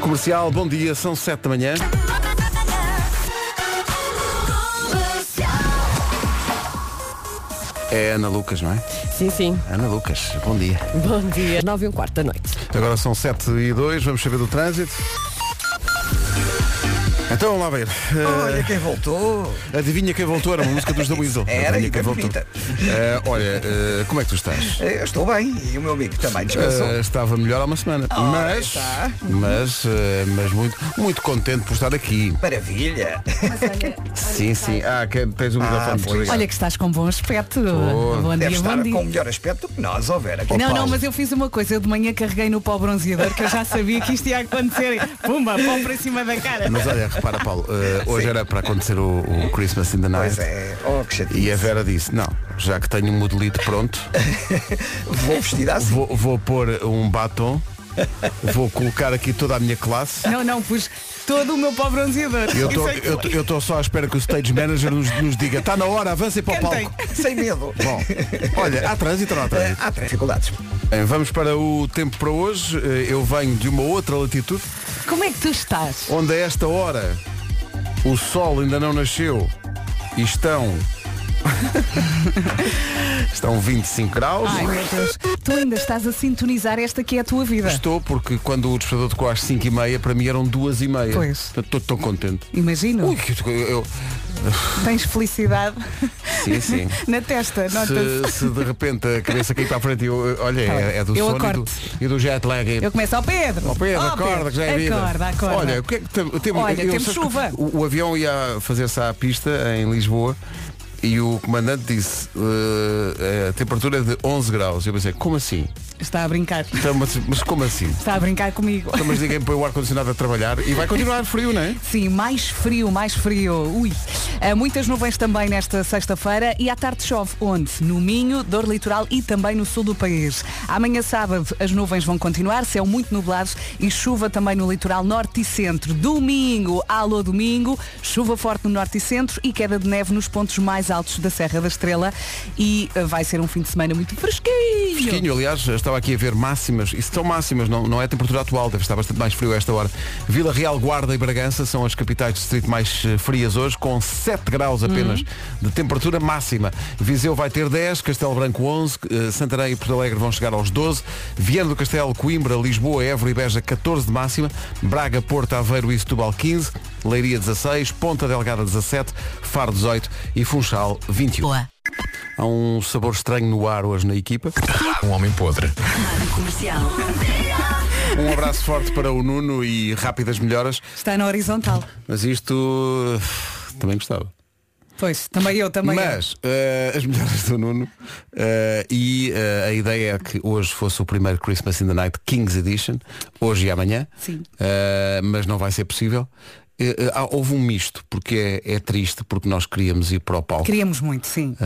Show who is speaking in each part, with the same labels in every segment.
Speaker 1: Comercial, bom dia, são 7 da manhã. É Ana Lucas, não é?
Speaker 2: Sim, sim.
Speaker 1: Ana Lucas, bom dia.
Speaker 2: Bom dia. 9 e um quarto da noite.
Speaker 1: Agora são 7 e 2, vamos saber do trânsito. Então vamos lá ver.
Speaker 3: Olha quem voltou.
Speaker 1: Eh, adivinha quem voltou, era uma música dos The Weasel.
Speaker 3: Era,
Speaker 1: adivinha
Speaker 3: e
Speaker 1: quem voltou.
Speaker 3: Campita.
Speaker 1: Eh, olha, eh, como é que tu estás?
Speaker 3: Eh, Eu estou bem e o meu amigo também descansou.
Speaker 1: Eh, estava melhor há uma semana.
Speaker 3: Ora,
Speaker 1: mas,
Speaker 3: está.
Speaker 1: mas, eh, mas muito, muito contente por estar aqui.
Speaker 3: Maravilha.
Speaker 1: Sim, sim. Ah, que- tens o microfone
Speaker 3: pois.
Speaker 1: desligado.
Speaker 4: Olha que estás com bom aspecto. Bom
Speaker 3: Deve
Speaker 4: dia,
Speaker 3: estar
Speaker 4: bom
Speaker 3: com o
Speaker 4: dia.
Speaker 3: melhor aspecto do que nós, houver aqui.
Speaker 4: Não, não,
Speaker 1: Paulo.
Speaker 4: mas eu fiz uma coisa, eu de manhã carreguei no pó bronzeador, que eu já sabia que isto ia acontecer. Pumba, pó para cima da cara.
Speaker 1: Mas olha, repara Paulo, eh, hoje
Speaker 3: Sim.
Speaker 1: era para acontecer o, o Christmas in the Night.
Speaker 3: Pois é, oh que chatice.
Speaker 1: E a Vera disse, não, já que tenho um modelito pronto,
Speaker 3: Vou vestir assim.
Speaker 1: vou, vou pôr um batom, vou colocar aqui toda a minha classe.
Speaker 4: Não, não, pus todo o meu pó bronzeador.
Speaker 1: Eu tô-
Speaker 4: Isso é que-
Speaker 1: eu tô- eu estou só à espera que o stage manager nos, nos diga, está na hora, avancem para o
Speaker 4: Cantem.
Speaker 1: palco.
Speaker 3: Sem medo.
Speaker 1: Bom, olha, há trânsito ou não há
Speaker 3: Eh,
Speaker 1: trânsito?
Speaker 3: Há dificuldades.
Speaker 4: É.
Speaker 1: Bem, vamos para o tempo para hoje. Eh, Eu venho de uma outra latitude,
Speaker 4: Como é que tu estás?
Speaker 1: onde a esta hora o sol ainda não nasceu e estão. estão 25 graus.
Speaker 4: Ai meu Deus, tu ainda estás a sintonizar esta que é a tua vida.
Speaker 1: Estou porque quando o despertador tocou às 5 e meia, para mim eram 2 e meia.
Speaker 4: Pois.
Speaker 1: Estou tão contente.
Speaker 4: Imagino,
Speaker 1: Ui, que- eu-
Speaker 4: tens felicidade
Speaker 1: Sim, sim.
Speaker 4: na testa, nota-se.
Speaker 1: Se, se de repente a cabeça cair para a frente, eu, olha, é, é do
Speaker 4: Tá Eu
Speaker 1: sono e do,
Speaker 4: acordo.
Speaker 1: e do jet lag.
Speaker 4: Eu começo ao Pedro.
Speaker 1: Ó Pedro,
Speaker 4: Ó,
Speaker 1: acorda que já é vida.
Speaker 4: Acorda, acorda.
Speaker 1: Olha, o que é que tem- temos?
Speaker 4: Olha,
Speaker 1: eu-
Speaker 4: temos
Speaker 1: sabes
Speaker 4: chuva.
Speaker 1: que O, o avião ia fazer-se à pista em Lisboa e o comandante disse eh, a temperatura é de 11 graus. Eu pensei, como assim?
Speaker 4: Está a brincar.
Speaker 1: Então, mas, mas como assim?
Speaker 4: Está a brincar comigo.
Speaker 1: Então, mas ninguém põe o ar-condicionado a trabalhar e vai continuar frio, não é?
Speaker 4: Sim, mais frio, mais frio. Ui. Há muitas nuvens também nesta sexta-feira e à tarde chove onde? No Minho, Dor Litoral e também no sul do país. Amanhã sábado as nuvens vão continuar, céu muito nublado e chuva também no litoral norte e centro. Domingo, alô domingo, chuva forte no norte e centro e queda de neve nos pontos mais altos da Serra da Estrela e eh, vai ser um fim de semana muito fresquinho.
Speaker 1: Fresquinho, aliás, estava aqui a ver máximas, e se são máximas, não, não é a temperatura atual, deve estar bastante mais frio a esta hora. Vila Real, Guarda e Bragança são as capitais de distrito mais eh, frias hoje, com 7 graus apenas de temperatura máxima. Viseu vai ter 10, Castelo Branco 11, eh, Santarém e Porto Alegre vão chegar aos 12, Viana do Castelo, Coimbra, Lisboa, Évora e Beja 14 de máxima, Braga, Porto, Aveiro e Setúbal 15, Leiria 16, Ponta Delgada 17, Faro 18 e um. Funchal 21.
Speaker 5: Boa.
Speaker 1: Há um sabor estranho no ar hoje na equipa.
Speaker 6: Um homem podre.
Speaker 5: Comercial.
Speaker 1: Um abraço forte para o Nuno e rápidas melhoras.
Speaker 4: Está na horizontal.
Speaker 1: Mas isto uh, também gostava.
Speaker 4: Pois, também eu, também é. eu.
Speaker 1: Mas uh, as melhoras do Nuno uh, e uh, a ideia é que hoje fosse o primeiro Christmas in the Night Kings Edition, hoje e amanhã,
Speaker 4: Sim.
Speaker 1: Uh, mas não vai ser possível. Uh, uh, há- houve um misto, porque é, é triste, porque nós queríamos ir para o palco. Eh,
Speaker 4: Queríamos muito, sim.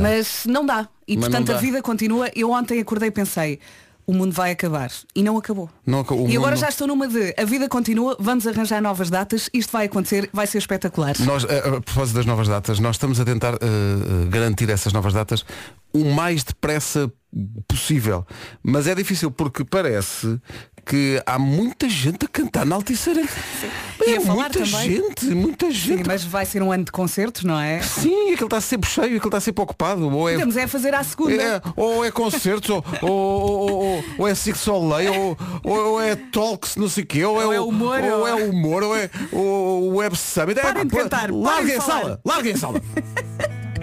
Speaker 4: Mas não dá. E
Speaker 1: Ah. Mas
Speaker 4: portanto
Speaker 1: não
Speaker 4: a
Speaker 1: dá.
Speaker 4: vida continua. Eu ontem acordei e pensei, o mundo vai acabar. E não acabou.
Speaker 1: Não acabou. O
Speaker 4: e agora
Speaker 1: mundo-
Speaker 4: já estou numa de a vida continua, vamos arranjar novas datas, isto vai acontecer, vai ser espetacular.
Speaker 1: Nós, eh, a, a propósito das novas datas, nós estamos a tentar eh, eh, garantir essas novas datas o mais depressa possível. Mas é difícil porque parece que há muita gente a cantar na Alticeira.
Speaker 4: E
Speaker 1: É,
Speaker 4: a falar
Speaker 1: muita
Speaker 4: também.
Speaker 1: gente, muita
Speaker 4: Sim,
Speaker 1: gente.
Speaker 4: mas vai ser um ano de concertos, não é?
Speaker 1: Sim, aquilo está sempre cheio, aquilo está sempre ocupado. Ou é,
Speaker 4: Podemos é fazer à segunda.
Speaker 1: é- ou é concertos, ou, ou, ou, ou- ou é Six Soleil, ou, ou é Talks, não sei o quê, ou,
Speaker 4: Ou é
Speaker 1: o-
Speaker 4: humor,
Speaker 1: ou,
Speaker 4: ou-
Speaker 1: é humor, ou é o Web Summit.
Speaker 4: Parem
Speaker 1: é,
Speaker 4: de
Speaker 1: pô,
Speaker 4: cantar, parem
Speaker 1: larguem
Speaker 4: de
Speaker 1: a
Speaker 4: falar.
Speaker 1: sala, larguem a sala.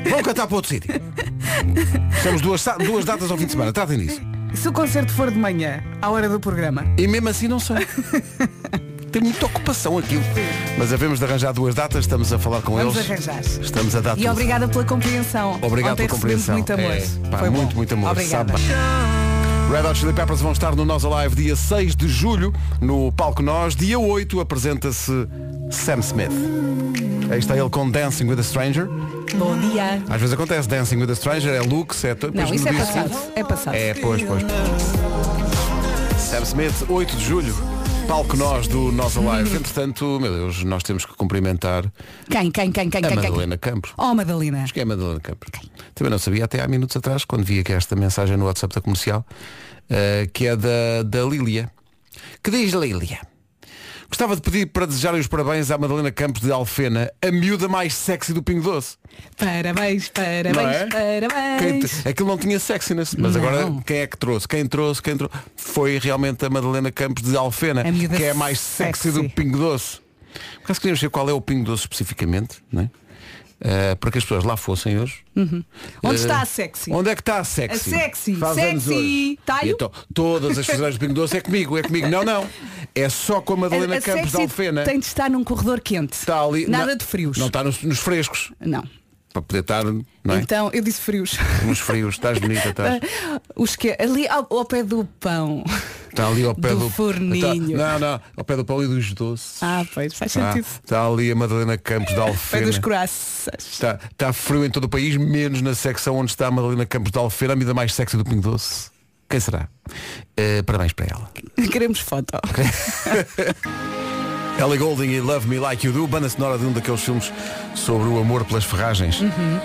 Speaker 1: Vão cantar para outro sítio. Temos duas, sa- duas datas ao fim de semana, tratem disso.
Speaker 4: Se o concerto for de manhã, à hora do programa.
Speaker 1: E mesmo assim não sei. Tem muita ocupação aquilo. Mas havemos de arranjar duas datas, estamos a falar com
Speaker 4: Vamos
Speaker 1: eles.
Speaker 4: arranjar.
Speaker 1: Estamos a dar
Speaker 4: E
Speaker 1: tudo.
Speaker 4: obrigada pela compreensão.
Speaker 1: Obrigado
Speaker 4: Ontem
Speaker 1: pela compreensão.
Speaker 4: recebemos muito amor.
Speaker 1: É, pá,
Speaker 4: Foi bom.
Speaker 1: muito, muito amor.
Speaker 4: Obrigada.
Speaker 1: Sabe bem. Red Hot Chili Peppers vão estar no Nós Alive dia 6 de julho no Palco Nós. Dia 8 apresenta-se Sam Smith. Aí está ele com Dancing with a Stranger.
Speaker 4: Bom dia.
Speaker 1: Às vezes acontece Dancing with a Stranger, é Lux, é... to- depois
Speaker 4: Não, isso
Speaker 1: no
Speaker 4: é
Speaker 1: dia
Speaker 4: passado.
Speaker 1: seguinte-
Speaker 4: É passado.
Speaker 1: É, pois, pois. Sam Smith, 8 de julho. Palco Nós do Nós Alive. Entretanto, meu Deus, nós temos que cumprimentar
Speaker 4: Hum. Quem, quem, quem, quem,
Speaker 1: a
Speaker 4: quem, quem?
Speaker 1: Madalena Campos.
Speaker 4: Oh, Madalena.
Speaker 1: Acho que é a Madalena Campos. Também não sabia até há minutos atrás, quando vi aqui esta mensagem no WhatsApp da comercial, eh, que é da, da Lília. Que diz Lília? Gostava de pedir para desejarem os parabéns à Madalena Campos de Alfena, a miúda mais sexy do Pingo Doce.
Speaker 4: Parabéns, parabéns,
Speaker 1: Não é? Quem
Speaker 4: parabéns.
Speaker 1: te- Aquilo não tinha sexiness, mas
Speaker 4: Não.
Speaker 1: agora quem é que trouxe? Quem trouxe? Quem trouxe? Foi realmente a Madalena Campos de Alfena,
Speaker 4: A miúda
Speaker 1: que é a mais sexy,
Speaker 4: sexy.
Speaker 1: do Pingo Doce. Por acaso queríamos ver qual é o Pingo Doce especificamente, não é? Ah, para que as pessoas lá fossem hoje.
Speaker 4: Uhum. Onde
Speaker 1: Eh,
Speaker 4: está a sexy?
Speaker 1: Onde é que está a sexy?
Speaker 4: A sexy,
Speaker 1: Faz
Speaker 4: sexy, Tá
Speaker 1: anos hoje.
Speaker 4: talho?
Speaker 1: Então, todas as festivais do Pingo Doce é comigo, é comigo. Não, não. É só com a Madalena
Speaker 4: a, a
Speaker 1: Campos de
Speaker 4: sexy
Speaker 1: Alfena. Tá.
Speaker 4: tem de estar num corredor quente.
Speaker 1: Está ali-
Speaker 4: Nada
Speaker 1: não-
Speaker 4: de frios.
Speaker 1: Não está nos, nos frescos.
Speaker 4: Não.
Speaker 1: Para poder estar, não é?
Speaker 4: Então, eu disse frios.
Speaker 1: Nos frios. Estás bonita, estás.
Speaker 4: Os que, ali ao, ao pé do pão.
Speaker 1: Está ali ao pé do,
Speaker 4: Do forninho.
Speaker 1: Está- não, não, ao pé do pão e dos doces.
Speaker 4: Ah, pois, faz
Speaker 1: Ah,
Speaker 4: sentido.
Speaker 1: está ali a Madalena Campos de
Speaker 4: Pé dos
Speaker 1: Alfena.
Speaker 4: croissants.
Speaker 1: Está, está frio em todo o país, menos na secção onde está a Madalena Campos de Alfena, a medida mais sexy do Pingo Doce. Quem será? Eh, parabéns para ela.
Speaker 4: Queremos foto.
Speaker 1: Ellie Golding e Love Me Like You Do, banda sonora de um daqueles filmes sobre o amor pelas ferragens.
Speaker 4: Uhum.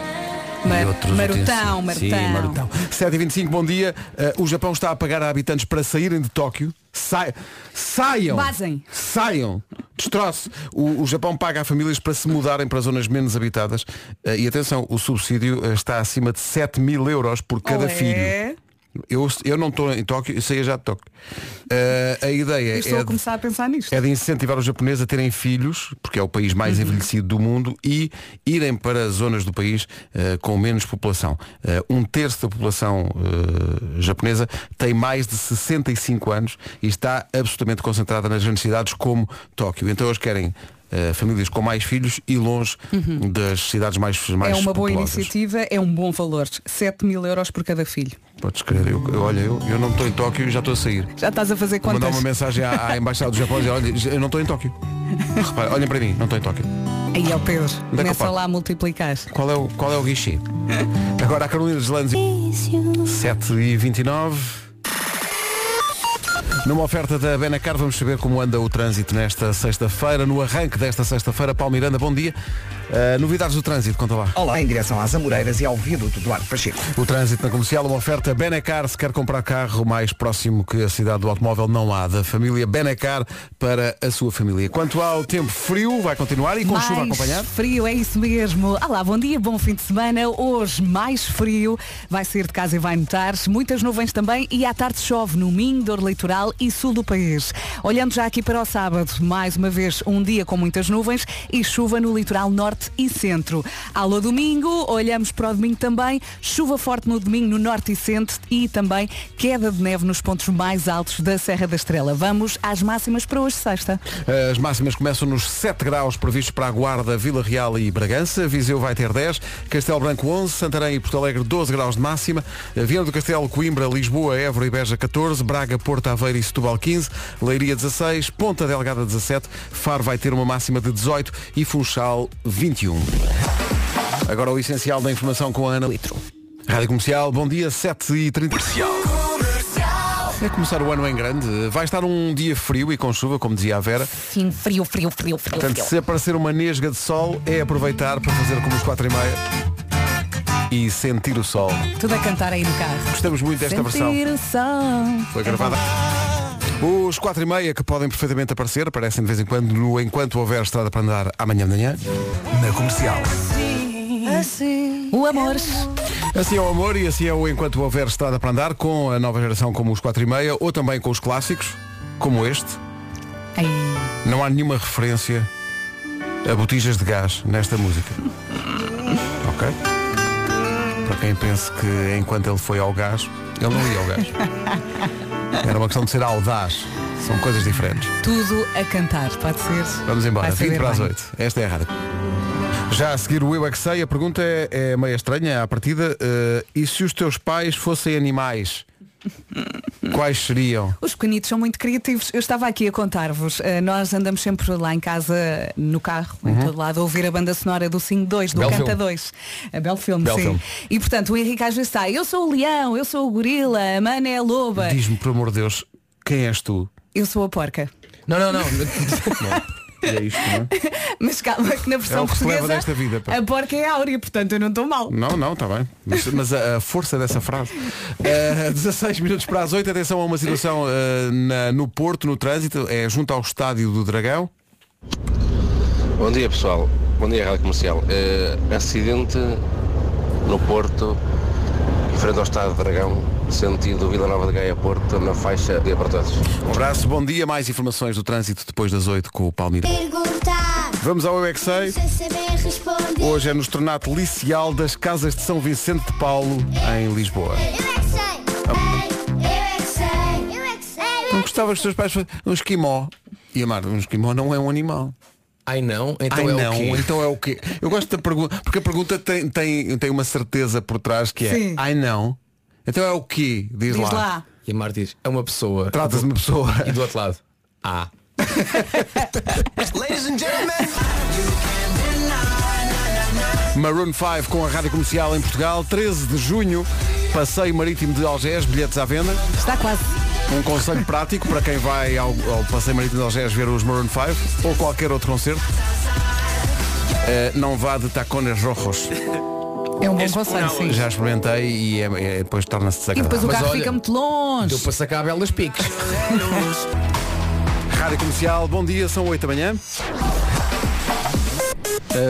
Speaker 4: Mar-
Speaker 1: E outros
Speaker 4: marotão,
Speaker 1: utensílios.
Speaker 4: marotão.
Speaker 1: Sim, marotão. 7h25, bom dia. Uh, o Japão está a pagar a habitantes para saírem de Tóquio. Sai, saiam!
Speaker 4: Vazem.
Speaker 1: Saiam! Destroço! O, o Japão paga a famílias para se mudarem para zonas menos habitadas. Uh, e atenção, o subsídio uh, está acima de 7 mil euros por cada
Speaker 4: Olé.
Speaker 1: filho. Eu, eu não estou em Tóquio, eu saía já de Tóquio. Uh, a ideia
Speaker 4: Eu estou
Speaker 1: é
Speaker 4: a
Speaker 1: de
Speaker 4: começar a pensar nisto.
Speaker 1: é de incentivar os japoneses a terem filhos, porque é o país mais
Speaker 4: Uhum.
Speaker 1: envelhecido do mundo, e irem para zonas do país eh, com menos população. Eh, um terço da população eh, japonesa tem mais de 65 anos e está absolutamente concentrada nas grandes cidades como Tóquio. Então eles querem eh, famílias com mais filhos e longe das cidades mais mais
Speaker 4: Uhum. É uma boa
Speaker 1: populosas.
Speaker 4: iniciativa, é um bom valor. 7 mil euros por cada filho.
Speaker 1: Podes crer, eu, eu- olha, eu, eu não estou em Tóquio e já estou a sair.
Speaker 4: Já estás a fazer
Speaker 1: Vou Mandar
Speaker 4: contas.
Speaker 1: uma mensagem à, à embaixada do Japão e dizer, olha, eu não estou em Tóquio. Repara, olhem para mim, não estou em Tóquio.
Speaker 4: Aí, ó
Speaker 1: é
Speaker 4: Pedro,
Speaker 1: eu
Speaker 4: começa
Speaker 1: pago?
Speaker 4: lá a multiplicar.
Speaker 1: Qual é o, qual é o guichê? Agora a Carolina dos Landes. 7 e 29. Numa oferta da Benacar, vamos saber como anda o trânsito nesta sexta-feira. No arranque desta sexta-feira, Paulo Miranda, bom dia. Ah, novidades do trânsito, conta lá.
Speaker 3: Olá, em direção às Amoreiras e ao viaduto do Arco Pacheco.
Speaker 1: O trânsito na comercial, uma oferta Benacar. Se quer comprar carro mais próximo que a cidade do automóvel, não há. Da família Benacar para a sua família. Quanto ao tempo frio, vai continuar e com
Speaker 4: mais
Speaker 1: chuva a acompanhar.
Speaker 4: frio, é isso mesmo. Olá, bom dia, bom fim de semana. Hoje mais frio, vai sair de casa e vai notar. Muitas nuvens também e à tarde chove no Minho, Dor Litoral e Sul do país. Olhando já aqui para o sábado, mais uma vez um dia com muitas nuvens e chuva no litoral norte e centro. Alô domingo, olhamos para o domingo também, chuva forte no domingo no norte e centro e também queda de neve nos pontos mais altos da Serra da Estrela. Vamos às máximas para hoje sexta.
Speaker 1: As máximas começam nos 7 graus previstos para a Guarda, Vila Real e Bragança. Viseu vai ter 10, Castelo Branco 11, Santarém e Porto Alegre 12 graus de máxima. Viana do Castelo, Coimbra, Lisboa, Évora e Beja 14, Braga, Porto Aveiro e Setúbal 15, Leiria 16, Ponta Delgada 17, Faro vai ter uma máxima de 18 e Funchal 21. Agora o essencial da informação com a Ana Litro. Rádio Comercial, bom dia, 7h30. É começar o ano em grande. Vai estar um dia frio e com chuva, como dizia a Vera.
Speaker 5: Sim, frio, frio, frio, frio,
Speaker 1: Portanto,
Speaker 5: frio.
Speaker 1: se aparecer uma nesga de sol, é aproveitar para fazer como os 4 e meia e sentir o sol.
Speaker 4: Tudo a cantar aí no carro.
Speaker 1: Gostamos muito desta versão.
Speaker 4: Sentir o som.
Speaker 1: Foi gravada. Os 4 e meia que podem perfeitamente aparecer, aparecem de vez em quando no Enquanto Houver Estrada para Andar amanhã de manhã, na comercial.
Speaker 4: O amor.
Speaker 1: Assim é o amor e assim é o Enquanto Houver Estrada para Andar, com a nova geração como os 4 e meia, ou também com os clássicos, como este.
Speaker 4: Ai,
Speaker 1: Não há nenhuma referência a botijas de gás nesta música. Ok? Para quem pense que enquanto ele foi ao gás, ele não ia ao gás. Era uma questão de ser audaz. São coisas diferentes.
Speaker 4: tudo a cantar, pode ser?
Speaker 1: Vamos embora.
Speaker 4: Vai
Speaker 1: 20
Speaker 4: saber
Speaker 1: para as
Speaker 4: bem.
Speaker 1: 8. Esta é a rádio. Já a seguir o Eu é que sei, a pergunta é, é meio estranha à partida. eh, e se os teus pais fossem animais, quais seriam?
Speaker 4: Os pequenitos são muito criativos. Eu estava aqui a contar-vos. eh, nós andamos sempre lá em casa, no carro, em todo lado, a ouvir a banda sonora do Sing 2, do
Speaker 1: Belo
Speaker 4: Canta
Speaker 1: Uhum. filme.
Speaker 4: 2. A belo filme,
Speaker 1: Belo
Speaker 4: sim.
Speaker 1: filme.
Speaker 4: E portanto, o Henrique às vezes está, eu sou o leão, eu sou o gorila, a mana é a loba,
Speaker 1: Diz-me, por amor de Deus, quem és tu?
Speaker 4: eu sou a porca.
Speaker 6: Não, não, não.
Speaker 1: E é isto, não é?
Speaker 4: Mas calma, que na versão
Speaker 1: o que se leva
Speaker 4: portuguesa
Speaker 1: desta vida, pá.
Speaker 4: a porca é áurea, portanto eu não estou mal.
Speaker 1: Não, não, está bem. Mas, mas a, a força dessa frase. Eh, 16 minutos para as 8, atenção a uma situação eh, na- no Porto, no trânsito, é junto ao estádio do Dragão.
Speaker 6: Bom dia pessoal, bom dia Rádio Comercial. Eh, acidente no Porto, em frente ao Estado de Dragão, sentido Vila Nova de Gaia Porto, na faixa de apertados.
Speaker 1: Um abraço, bom dia, mais informações do trânsito depois das 8 com o Palmeiras.
Speaker 7: Perguntar,
Speaker 1: Vamos ao Eu é Que Sei.
Speaker 7: sem saber responder.
Speaker 1: Hoje é no Estornato Licial das Casas de São Vicente de Paulo, em Lisboa.
Speaker 7: Eu é que sei, eu é que sei, eu é que
Speaker 1: Não
Speaker 7: sei.
Speaker 1: gostava dos teus pais fazerem um esquimó. E amar, um esquimó não é um animal.
Speaker 8: Ai não, então
Speaker 1: Ai
Speaker 8: é
Speaker 1: não,
Speaker 8: o quê?
Speaker 1: então é o quê? Eu gosto da pergunta, porque a pergunta tem, tem, tem uma certeza por trás que é
Speaker 4: Sim.
Speaker 1: ai não. Então é o quê? Diz,
Speaker 4: Diz
Speaker 1: lá.
Speaker 4: lá.
Speaker 8: E a Mar diz, é uma pessoa.
Speaker 1: Trata-se de uma pessoa.
Speaker 8: E do outro lado, ah. Ladies and gentlemen.
Speaker 1: Maroon 5 com a Rádio Comercial em Portugal, 13 de junho, passeio marítimo de Algés, bilhetes à venda.
Speaker 4: Está quase.
Speaker 1: Um conselho prático para quem vai ao, ao Passeio Marítimo de Algés ver os Maroon 5 ou qualquer outro concerto. Eh, não vá de tacones rojos.
Speaker 4: É um bom conselho, sim.
Speaker 1: Já experimentei e é- é- depois torna-se
Speaker 4: E depois
Speaker 1: desagradável.
Speaker 4: o
Speaker 8: Mas
Speaker 4: carro
Speaker 8: olha,
Speaker 4: fica muito longe.
Speaker 8: Deu para sacar belas piques.
Speaker 1: Rádio Comercial, bom dia, são 8 da manhã.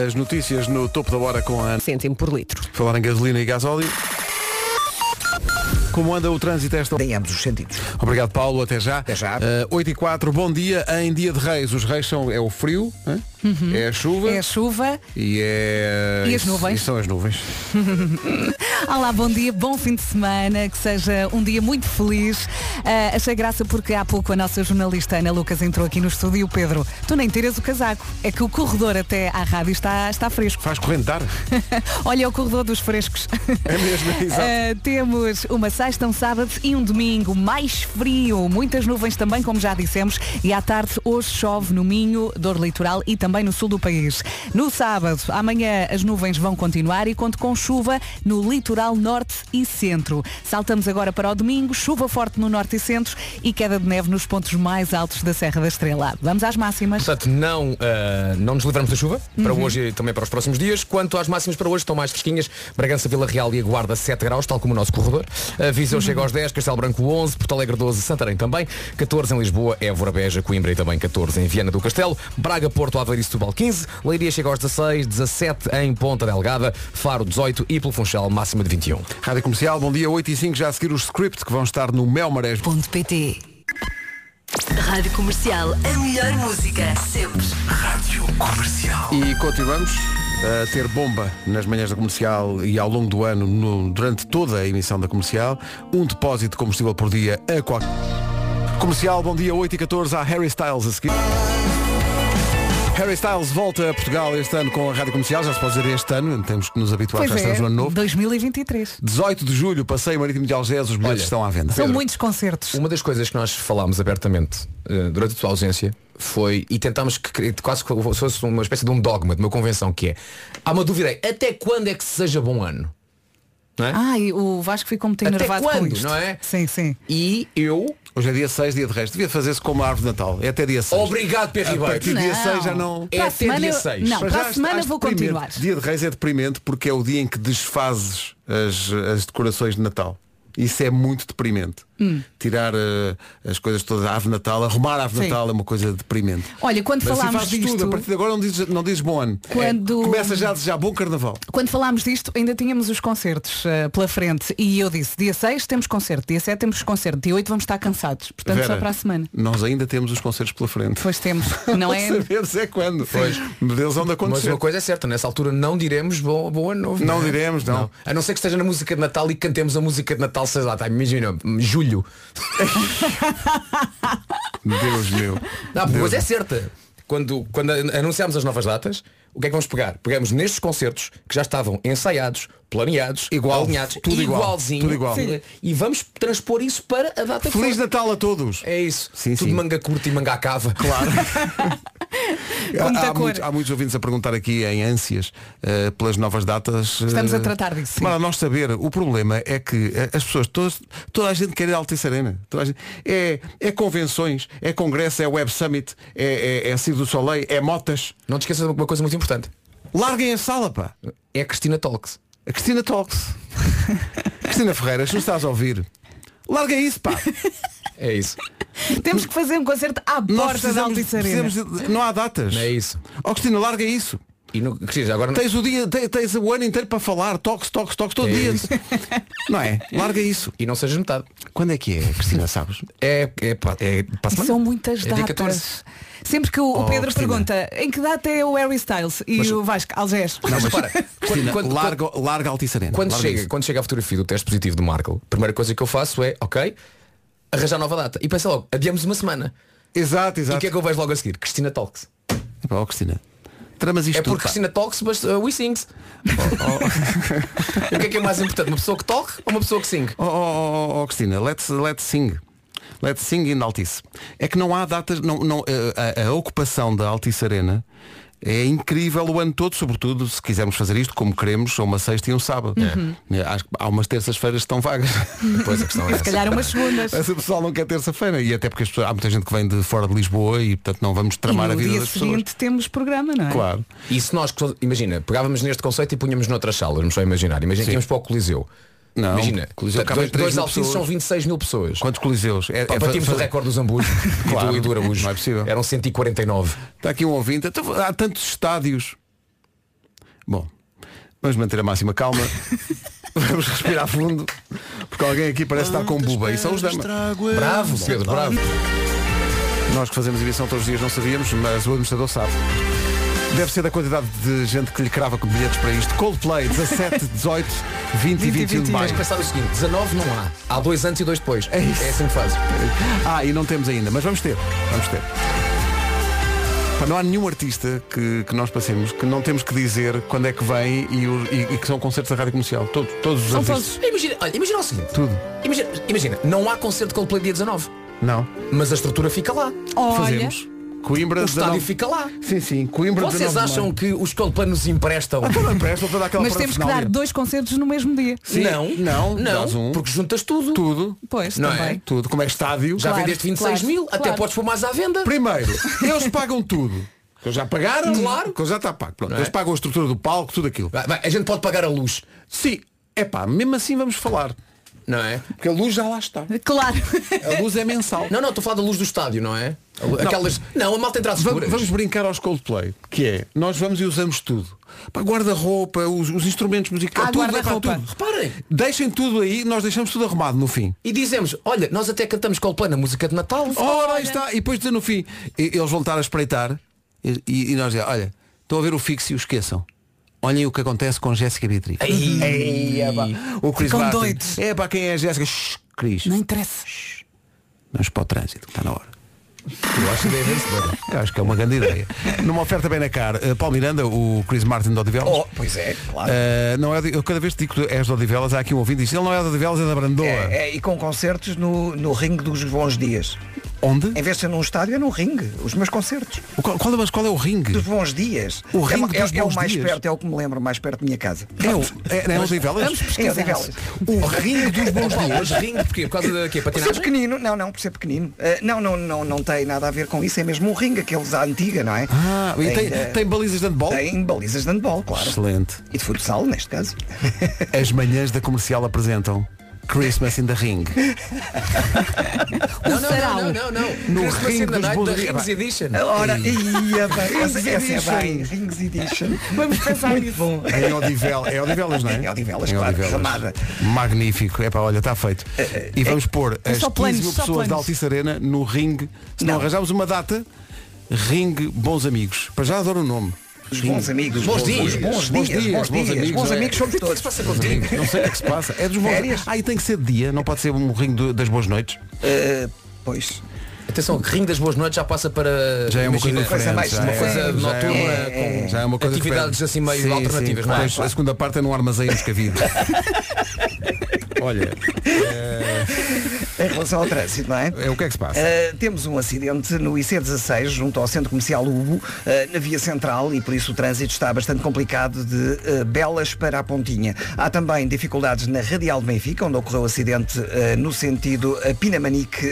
Speaker 1: As notícias no topo da hora com a Ana.
Speaker 2: Cêntimo por litro.
Speaker 1: Falar em gasolina e gasóleo. Como anda o trânsito a esta
Speaker 3: Em ambos os sentidos.
Speaker 1: Obrigado Paulo, até já.
Speaker 3: Até já.
Speaker 1: Eh, 8 e 4, bom dia em dia de reis. Os reis são é o frio, hã? é a chuva
Speaker 4: É a chuva.
Speaker 1: e é.
Speaker 4: E as nuvens.
Speaker 1: E são as nuvens.
Speaker 4: Olá, bom dia, bom fim de semana, que seja um dia muito feliz. Ah, achei graça porque há pouco a nossa jornalista Ana Lucas entrou aqui no estúdio e o Pedro, tu nem tiras o casaco, é que o corredor até à rádio está, está fresco.
Speaker 1: Faz correntar.
Speaker 4: Olha, é o corredor dos frescos.
Speaker 1: É mesmo, é exato.
Speaker 4: Ah, temos uma sexta, um sábado e um domingo mais frio, muitas nuvens também, como já dissemos, e à tarde hoje chove no Minho, dor litoral e também no sul do país. No sábado, amanhã as nuvens vão continuar e conto com chuva no litoral norte e centro. Saltamos agora para o domingo, chuva forte no norte e centro e queda de neve nos pontos mais altos da Serra da Estrela. Vamos às máximas.
Speaker 8: Portanto, não, ah, não nos livramos da chuva, para
Speaker 1: Uhum.
Speaker 8: hoje e também para os próximos dias. Quanto às máximas para hoje, estão mais fresquinhas. Bragança, Vila Real e a Guarda, 7 graus, tal como o nosso corredor. A Viseu chega
Speaker 1: Uhum.
Speaker 8: aos 10, Castelo Branco 11, Porto Alegre 12, Santarém também. 14 em Lisboa, Évora, Beja, Coimbra e também 14 em Viana do Castelo. Braga, Porto, Aveiro e Setúbal 15. Leiria chega aos 16, 17 em Ponta Delgada, Faro 18 e pelo Funchal, máxima de 21.
Speaker 1: Rádio Comercial, bom dia, 8 e 5, já a seguir os scripts que vão estar no Melmarés.
Speaker 9: Ponto.pt Rádio Comercial, a melhor música, sempre.
Speaker 1: E continuamos a ter bomba nas manhãs da comercial e ao longo do ano, no- durante toda a emissão da comercial, um depósito de combustível por dia a qualquer. Comercial, bom dia, 8 e 14 há Harry Styles a seguir. Harry Styles volta a Portugal este ano com a Rádio Comercial, já se pode dizer este ano, temos que nos habituar, já
Speaker 4: é,
Speaker 1: estamos no ano novo.
Speaker 4: 2023.
Speaker 1: 18 de julho, passeio marítimo de Algés, os bilhetes
Speaker 8: Olha,
Speaker 1: estão à venda.
Speaker 4: São muitos concertos.
Speaker 8: Uma das coisas que nós falámos abertamente eh, durante a tua ausência foi, e tentámos que cri- quase que fosse uma espécie de um dogma, de uma convenção, que é há uma dúvida aí, até quando é que seja bom ano? Não
Speaker 1: Ah.
Speaker 8: é?
Speaker 4: Ai, Ah, o Vasco ficou muito
Speaker 8: Até
Speaker 4: enervado com
Speaker 8: quando,
Speaker 4: isto.
Speaker 8: não é?
Speaker 4: Sim, sim.
Speaker 8: E eu,
Speaker 1: Hoje é dia 6, dia de resto. Devia fazer-se como a árvore de Natal. É até dia 6.
Speaker 8: obrigado Pedro
Speaker 1: A partir do
Speaker 8: Ribeiro.
Speaker 1: dia
Speaker 4: Não.
Speaker 1: 6 já não.
Speaker 8: É
Speaker 4: Para a
Speaker 8: até
Speaker 4: semana
Speaker 8: dia
Speaker 4: eu-
Speaker 8: seis.
Speaker 4: Não,
Speaker 1: Mas
Speaker 4: para
Speaker 1: já
Speaker 4: a semana
Speaker 1: estás
Speaker 4: vou
Speaker 1: deprimente.
Speaker 4: continuar.
Speaker 1: Dia de Reis é deprimente porque é o dia em que desfazes as, as decorações de Natal. Isso é muito deprimente.
Speaker 4: Hum.
Speaker 1: Tirar eh, as coisas todas, a ave de Natal, arrumar a ave de
Speaker 4: Sim.
Speaker 1: Natal é uma coisa deprimente.
Speaker 4: Olha, quando
Speaker 1: Mas se
Speaker 4: falámos
Speaker 1: fazes tudo, a
Speaker 4: disto,
Speaker 1: partir de agora não dizes, não dizes bom ano.
Speaker 4: Quando-
Speaker 1: É, começa já a desejar bom carnaval.
Speaker 4: quando falámos disto, ainda tínhamos os concertos eh, pela frente e eu disse, dia 6 temos concerto, dia 7 temos concerto, dia 8 vamos estar cansados. Portanto, só
Speaker 1: Vera,
Speaker 4: para a semana.
Speaker 1: Nós ainda temos os concertos pela frente.
Speaker 4: Depois temos, não é?
Speaker 1: Sabemos é quando. Pois. Deus onde
Speaker 8: Mas
Speaker 1: acontecer.
Speaker 8: uma coisa é certa, nessa altura não diremos bom, bom ano novo.
Speaker 1: Não
Speaker 8: é?
Speaker 1: diremos, não.
Speaker 8: A não ser que esteja na música de Natal e cantemos a música de Natal, sei lá, tá, imagina, julho.
Speaker 1: Deus meu.
Speaker 8: Não, porque
Speaker 1: Deus
Speaker 8: coisa é certa. Quando, quando an- anunciámos as novas datas, o que é que vamos pegar? Pegamos nestes concertos que já estavam ensaiados, planeados,
Speaker 1: Igual,
Speaker 8: alinhados,
Speaker 1: tudo igual,
Speaker 8: igualzinho,
Speaker 1: tudo igual.
Speaker 8: Sim. e vamos transpor isso para a data que
Speaker 1: Feliz
Speaker 8: for.
Speaker 1: Natal a todos.
Speaker 8: É isso.
Speaker 1: Sim,
Speaker 8: Tudo
Speaker 1: sim.
Speaker 8: manga curta e manga à cava. Claro.
Speaker 4: com
Speaker 1: há,
Speaker 4: muita
Speaker 1: há
Speaker 4: cor.
Speaker 1: muitos- há muitos ouvintes a perguntar aqui em ânsias eh, pelas novas datas. eh,
Speaker 4: Estamos a tratar disso, sim.
Speaker 1: Para nós saber, o problema é que eh, as pessoas, todas, toda a gente quer ir à Altice Arena. Toda a gente- é, é convenções, é congresso, é Web Summit, é, é, é Ciro do Soleil, é motas.
Speaker 8: Não te esqueças de uma coisa muito importante.
Speaker 1: Larguem a sala, pá.
Speaker 8: É a Cristina Talks.
Speaker 1: A Cristina Talks. Cristina Ferreira, se nos estás a ouvir, larga isso, pá.
Speaker 8: É isso.
Speaker 4: Temos que fazer um concerto à
Speaker 1: Nós
Speaker 4: porta da
Speaker 1: precisamos-
Speaker 4: Altice Arena.
Speaker 1: precisamos de- não há datas.
Speaker 8: É isso.
Speaker 1: Ó Cristina, larga isso.
Speaker 8: E não, Cristina, agora não.
Speaker 1: Tens o dia, te- tens o ano inteiro para falar, toques, toques, toques, todo
Speaker 8: É
Speaker 1: dia.
Speaker 8: isso.
Speaker 1: Não é? Larga isso.
Speaker 8: E não sejas metade.
Speaker 1: Quando é que é, Cristina, sabes?
Speaker 8: É, é, pá, é para a semana.
Speaker 4: São muitas
Speaker 8: É dia 14.
Speaker 4: datas. Sempre que o, o
Speaker 1: Oh,
Speaker 4: Pedro
Speaker 1: Cristina.
Speaker 4: pergunta em que data é o Harry Styles e o Vasco, Algés.
Speaker 8: Não, mas para.
Speaker 1: Cristina,
Speaker 8: Quando, quando-
Speaker 1: larga, larga a Altice Arena.
Speaker 8: quando
Speaker 1: Larga
Speaker 8: chega,
Speaker 1: isso.
Speaker 8: quando chega a fotografia do teste positivo do Marco, a primeira coisa que eu faço é, ok, arranjar nova data. E pensa logo, adiamos uma semana.
Speaker 1: Exato,
Speaker 8: E
Speaker 1: exato.
Speaker 8: o que é que eu vejo logo a seguir? Cristina Talks.
Speaker 1: Pá, ó, Oh, Cristina. Tramas isto
Speaker 8: É
Speaker 1: tudo,
Speaker 8: porque
Speaker 1: pá.
Speaker 8: Cristina talks, mas uh, we sings. o que é que é mais importante? Uma pessoa que toque ou uma pessoa que sing?
Speaker 1: Oh, oh, oh, oh, Cristina, let's, let's sing. Let's sing in Altice. É que não há datas, não, não, eh, a, a- a ocupação da Altice Arena é incrível o ano todo, sobretudo se quisermos fazer isto como queremos, ou uma sexta e um sábado. É, acho que há umas terças-feiras que estão vagas.
Speaker 8: Uhum. Pois a questão é
Speaker 4: Se calhar umas segundas.
Speaker 1: Mas o pessoal não quer terça-feira. E até porque as pessoas- há muita gente que vem de fora de Lisboa e portanto não vamos
Speaker 4: E
Speaker 1: tramar a
Speaker 4: no
Speaker 1: vida
Speaker 4: dia
Speaker 1: das pessoas.
Speaker 4: seguinte temos programa, não é?
Speaker 1: Claro.
Speaker 8: E se nós, imagina, pegávamos neste conceito e punhamos noutras salas, vamos só imaginar. Imagina que íamos para o Coliseu.
Speaker 1: Não,
Speaker 8: imagina,
Speaker 1: Coliseu cabe
Speaker 8: dois,
Speaker 1: 3
Speaker 8: dois
Speaker 1: mil
Speaker 8: alpices
Speaker 1: pessoas.
Speaker 8: são 26 mil pessoas.
Speaker 1: Quantos coliseus? É,
Speaker 8: Pá,
Speaker 1: é
Speaker 8: Batíamos
Speaker 1: fa-
Speaker 8: o recorde do Zambujo e do-
Speaker 1: Claro.
Speaker 8: e do Araújo.
Speaker 1: Não é possível.
Speaker 8: Eram 149.
Speaker 1: Está aqui um ouvinte. Então, Há tantos estádios. Bom, vamos manter a máxima calma. vamos respirar fundo. Porque alguém aqui parece estar com buba. E são os damas.
Speaker 8: Bravo, Pedro, bravo.
Speaker 1: Nós que fazemos emissão todos os dias não sabíamos, mas o administrador sabe. Deve ser da quantidade de gente que lhe crava com bilhetes para isto. Coldplay, 17, 18, 20 e 21 de
Speaker 8: Mas
Speaker 1: maio.
Speaker 8: pensar o seguinte, 19 não há. Há dois antes e dois depois. É,
Speaker 1: isso.
Speaker 8: assim que fazes.
Speaker 1: Ah, e não temos ainda, mas vamos ter. Vamos ter. Pá, Não há nenhum artista que, que nós passemos que não temos que dizer quando é que vem e, o- e- e que são concertos da rádio comercial. Todos, todos os artistas.
Speaker 8: Imagina, olha, imagina o seguinte.
Speaker 1: Tudo.
Speaker 8: Imagina, imagina, não há concerto de Coldplay dia 19.
Speaker 1: Não.
Speaker 8: Mas a estrutura fica lá.
Speaker 4: Olha,
Speaker 1: Fazemos. Coimbra,
Speaker 8: O estádio
Speaker 1: 19.
Speaker 8: fica lá.
Speaker 1: Sim, sim. Coimbra,
Speaker 8: Vocês
Speaker 1: 19 de
Speaker 8: acham
Speaker 1: maio.
Speaker 8: que os Coldplay nos emprestam?
Speaker 1: é. Então não empresta para dar aquela
Speaker 4: mas temos que dar
Speaker 1: parafernália.
Speaker 4: dois concertos no mesmo dia.
Speaker 1: Sim, não, dás um.
Speaker 8: Porque juntas tudo.
Speaker 1: Tudo.
Speaker 4: Pois,
Speaker 8: Não
Speaker 4: também.
Speaker 8: é?
Speaker 1: Tudo. Como é estádio.
Speaker 8: Já
Speaker 4: Claro,
Speaker 8: vendeste 26
Speaker 4: claro,
Speaker 8: mil, até
Speaker 4: claro.
Speaker 8: podes pôr mais à venda.
Speaker 1: Primeiro, eles pagam tudo. Que eles já pagaram.
Speaker 8: Claro.
Speaker 1: Que eles já está pago. Pronto.
Speaker 8: Não é?
Speaker 1: Eles pagam a estrutura do palco, tudo aquilo.
Speaker 8: Vai, vai, a gente pode pagar a luz,
Speaker 1: Sim. É pá, mesmo assim vamos falar.
Speaker 8: não é?
Speaker 1: Porque a luz já lá está.
Speaker 4: Claro.
Speaker 1: A luz é mensal.
Speaker 8: Não, não, estou a falar da luz do estádio, não é? Aquelas. Não, a malta entra às
Speaker 1: Vamos,
Speaker 8: escuras.
Speaker 1: vamos brincar aos Coldplay, que é, nós vamos e usamos tudo. Pá, guarda-roupa, os, os instrumentos musicais,
Speaker 4: Ah,
Speaker 1: tudo,
Speaker 4: guarda-roupa.
Speaker 1: é pá, tudo.
Speaker 8: Reparem.
Speaker 1: Deixem tudo aí, nós deixamos tudo arrumado no fim.
Speaker 8: E dizemos, olha, nós até cantamos Coldplay na música de Natal.
Speaker 1: Ora, aí está. E depois dizer no fim, e- eles vão estar a espreitar e, e- e nós dizer, olha, estão a ver o fixo e o esqueçam. Olhem o que acontece com Jéssica Beatriz.
Speaker 8: Ei.
Speaker 1: é pá. O Chris
Speaker 4: Ficam
Speaker 1: Martin.
Speaker 4: doidos.
Speaker 1: É para quem é a Jéssica? Shhh, Cris.
Speaker 4: Não interessa.
Speaker 1: Vamos para o trânsito, que está na hora.
Speaker 8: Eu acho que é isso, mano.
Speaker 1: Eu acho que é uma grande ideia. Numa oferta bem na cara, eh, Paulo Miranda, o Chris Martin de Odivelas.
Speaker 3: Oh, pois é, claro.
Speaker 1: Eh, não é, eu cada vez que digo que és de Odivelas, há aqui um ouvinte e diz, ele não é de Odivelas, é da Brandoa.
Speaker 3: É, é, e com concertos no, no ringue dos bons dias.
Speaker 1: Onde?
Speaker 3: Em vez de ser num estádio, é num ringue. Os meus concertos.
Speaker 1: O Qual, qual é, mas qual é o ringue?
Speaker 3: Dos bons dias.
Speaker 1: O
Speaker 3: é,
Speaker 1: ringue
Speaker 3: é-
Speaker 1: dos
Speaker 3: é o
Speaker 1: bons
Speaker 3: mais
Speaker 1: dias.
Speaker 3: perto, é o que me lembro, mais perto da minha casa.
Speaker 1: É, o, é, é Odivelas?
Speaker 3: Em Odivelas.
Speaker 1: O ringue dos bons
Speaker 8: Paulo,
Speaker 1: dias.
Speaker 8: mas ringue porquê? Por causa da quê?
Speaker 3: Por ser
Speaker 8: Patinagem?
Speaker 3: pequenino, não, não, por ser pequenino. Ah, não, não, não, não tem nada a ver com isso, é mesmo um ringue, aqueles à antiga, não é?
Speaker 1: Ah, e tem,
Speaker 3: Ainda-
Speaker 1: tem balizas de handball?
Speaker 3: Tem balizas de handball, claro.
Speaker 1: Excelente.
Speaker 3: E de futsal, neste caso.
Speaker 1: As manhãs da comercial apresentam Christmas in the Ring.
Speaker 8: Não, não,
Speaker 4: Sarau.
Speaker 8: não, não, não, não.
Speaker 1: No
Speaker 8: Christmas
Speaker 1: ringue
Speaker 8: in the
Speaker 1: dos
Speaker 8: Night,
Speaker 1: bons
Speaker 8: da
Speaker 1: dias. É
Speaker 8: Rings Edition.
Speaker 3: Ora, ia bem, essa, essa
Speaker 1: Edition.
Speaker 3: é bem, Rings Edition.
Speaker 4: Vamos pensar nisso.
Speaker 3: Bom,
Speaker 1: Em Odivel, é Odivelas, não é?
Speaker 3: Em Odivelas, claro, Eh, Ramada.
Speaker 1: Magnífico. É para olha, está feito. E vamos pôr
Speaker 3: é
Speaker 1: as 15
Speaker 4: só planos,
Speaker 1: mil
Speaker 4: só
Speaker 1: pessoas da
Speaker 4: planos.
Speaker 1: Altice Arena no ringue. Se não,
Speaker 3: Não.
Speaker 1: arranjarmos uma data, ringue Bons Amigos. Para já adoro o nome.
Speaker 3: os
Speaker 1: Ringue.
Speaker 3: bons amigos,
Speaker 8: Bons dias.
Speaker 3: os bons
Speaker 1: Bons
Speaker 3: dias,
Speaker 1: dias,
Speaker 3: bons
Speaker 1: bons
Speaker 3: dias,
Speaker 1: amigos,
Speaker 3: bons
Speaker 1: não é?
Speaker 3: amigos somos todos.
Speaker 8: Passa contigo.
Speaker 1: Não sei o que é que se passa. É dos bons.
Speaker 3: Férias?
Speaker 1: Ah, e tem que ser de dia, não pode ser um ringue do- das boas noites.
Speaker 3: Ah, pois.
Speaker 8: Atenção, Rinho das Boas Noites já passa para
Speaker 1: Já é uma
Speaker 8: imagina,
Speaker 1: coisa diferente.
Speaker 3: mais-
Speaker 1: já
Speaker 8: uma
Speaker 1: é-
Speaker 8: coisa
Speaker 1: já é-
Speaker 8: noturna
Speaker 1: é-
Speaker 8: com
Speaker 1: já é uma coisa
Speaker 8: atividades
Speaker 1: diferente.
Speaker 8: assim meio
Speaker 1: Sim,
Speaker 8: alternativas,
Speaker 1: sim,
Speaker 8: não é?
Speaker 1: pois, A segunda parte é num armazém em Moscavide. Olha, eh,
Speaker 3: em relação ao trânsito, não é?
Speaker 1: É, o que é que se passa?
Speaker 3: Uh, temos um acidente no IC16, junto ao Centro Comercial Ubo, uh, na via central, e por isso o trânsito está bastante complicado de uh, Belas para a Pontinha. Há também dificuldades na Radial de Benfica, onde ocorreu o acidente uh, no sentido uh, Pinamanique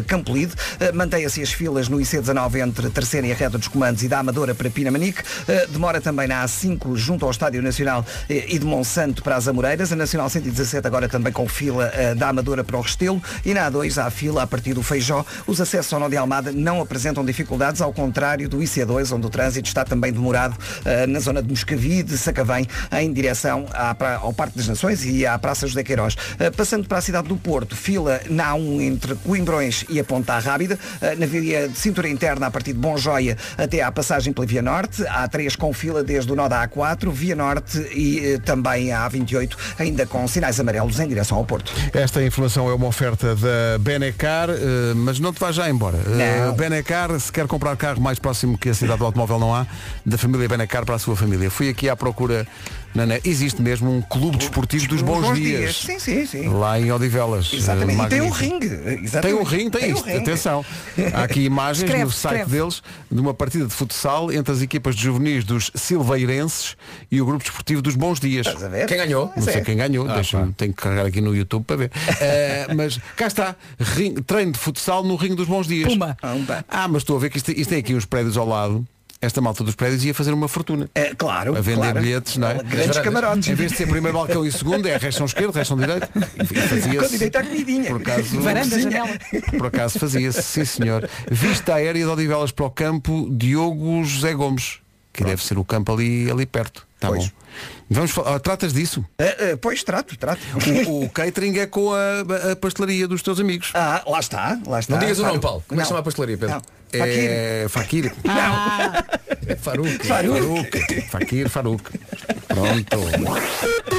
Speaker 3: uh, Campolide. Uh, Mantém-se as filas no IC19 entre a terceira e a reta dos comandos e da Amadora para Pinamanique. Uh, demora também na A5, junto ao Estádio Nacional uh, e de Monsanto para as Amoreiras. A Nacional 117 agora também com fila uh, da Amadora para o Restelo. E na A2 há fila a partir do Feijó. Os acessos ao Nó de Almada não apresentam dificuldades, ao contrário do IC2, onde o trânsito está também demorado uh, na zona de Moscavi, de Sacavém, em direção à pra- ao Parque das Nações e à Praça José Queiroz. Uh, passando para a cidade do Porto, fila na A1 entre Coimbrões e a Ponta Rábida. Uh, na via de cintura interna, a partir de Bom Joia até à passagem pela Via Norte. A A3 com fila desde o nó da A4, Via Norte e eh, também a A28, ainda com sinais amarelos em direção ao Porto.
Speaker 1: Esta informação é uma oferta da Benecar, eh, mas não te vais já embora. Eh,
Speaker 3: Não.
Speaker 1: Benecar, se quer comprar carro mais próximo que a cidade do automóvel não há, da família Benecar para a sua família. Fui aqui à procura, na, na- existe mesmo um clube desportivo dos bons, dias.
Speaker 3: Sim, sim, sim.
Speaker 1: Lá em Odivelas. Eh,
Speaker 3: Exatamente. E tem um
Speaker 1: magnífico.
Speaker 3: ringue. Exatamente.
Speaker 1: Tem um ringue, tem,
Speaker 3: um
Speaker 1: isto,
Speaker 3: ringue.
Speaker 1: atenção. Há aqui imagens
Speaker 4: Escreve,
Speaker 1: no site
Speaker 4: escreve.
Speaker 1: deles de uma partida de futsal entre as equipas de juvenis dos Silveirenses e o grupo desportivo dos Bons Dias.
Speaker 3: Estás a ver?
Speaker 8: Quem ganhou? Ah,
Speaker 1: Não
Speaker 3: Pois
Speaker 1: sei
Speaker 3: é.
Speaker 1: quem ganhou, deixa tenho que carregar aqui no YouTube para ver. Eh, mas cá está, ring- treino de futsal no Ringo dos Bons Dias.
Speaker 4: Puma.
Speaker 3: Pumba.
Speaker 1: Ah, mas estou a ver que isto, isto tem aqui uns prédios ao lado. Esta malta dos prédios ia fazer uma fortuna.
Speaker 3: Eh, claro.
Speaker 1: A vender
Speaker 3: claro.
Speaker 1: bilhetes, não é?
Speaker 3: Grandes camarotes.
Speaker 1: Em vez de ser primeiro balcão e segundo, é resto esquerdo, resto direito. E fazia-se.
Speaker 3: Com direito à comidinha.
Speaker 1: Por acaso,
Speaker 4: Varanda,
Speaker 3: Sim.
Speaker 4: janela.
Speaker 1: por acaso fazia-se, sim senhor. Vista aérea de Odivelas para o campo, Diogo José Gomes, que deve ser o campo ali, ali perto. Tá
Speaker 3: Pois.
Speaker 1: bom. Vamos falar. ah, tratas disso?
Speaker 3: Eh, eh, pois, trato, trato.
Speaker 1: O, o catering é com a, a pastelaria dos teus amigos.
Speaker 3: Ah, lá está, lá está.
Speaker 8: Não digas o
Speaker 3: Claro.
Speaker 8: nome, Paulo. Como é que
Speaker 3: Não.
Speaker 8: chama a pastelaria, Pedro?
Speaker 3: Não. Fakir.
Speaker 1: É Fakir.
Speaker 4: Ah.
Speaker 8: É Faruque.
Speaker 1: Faruk. Fakir, Faruk. Pronto.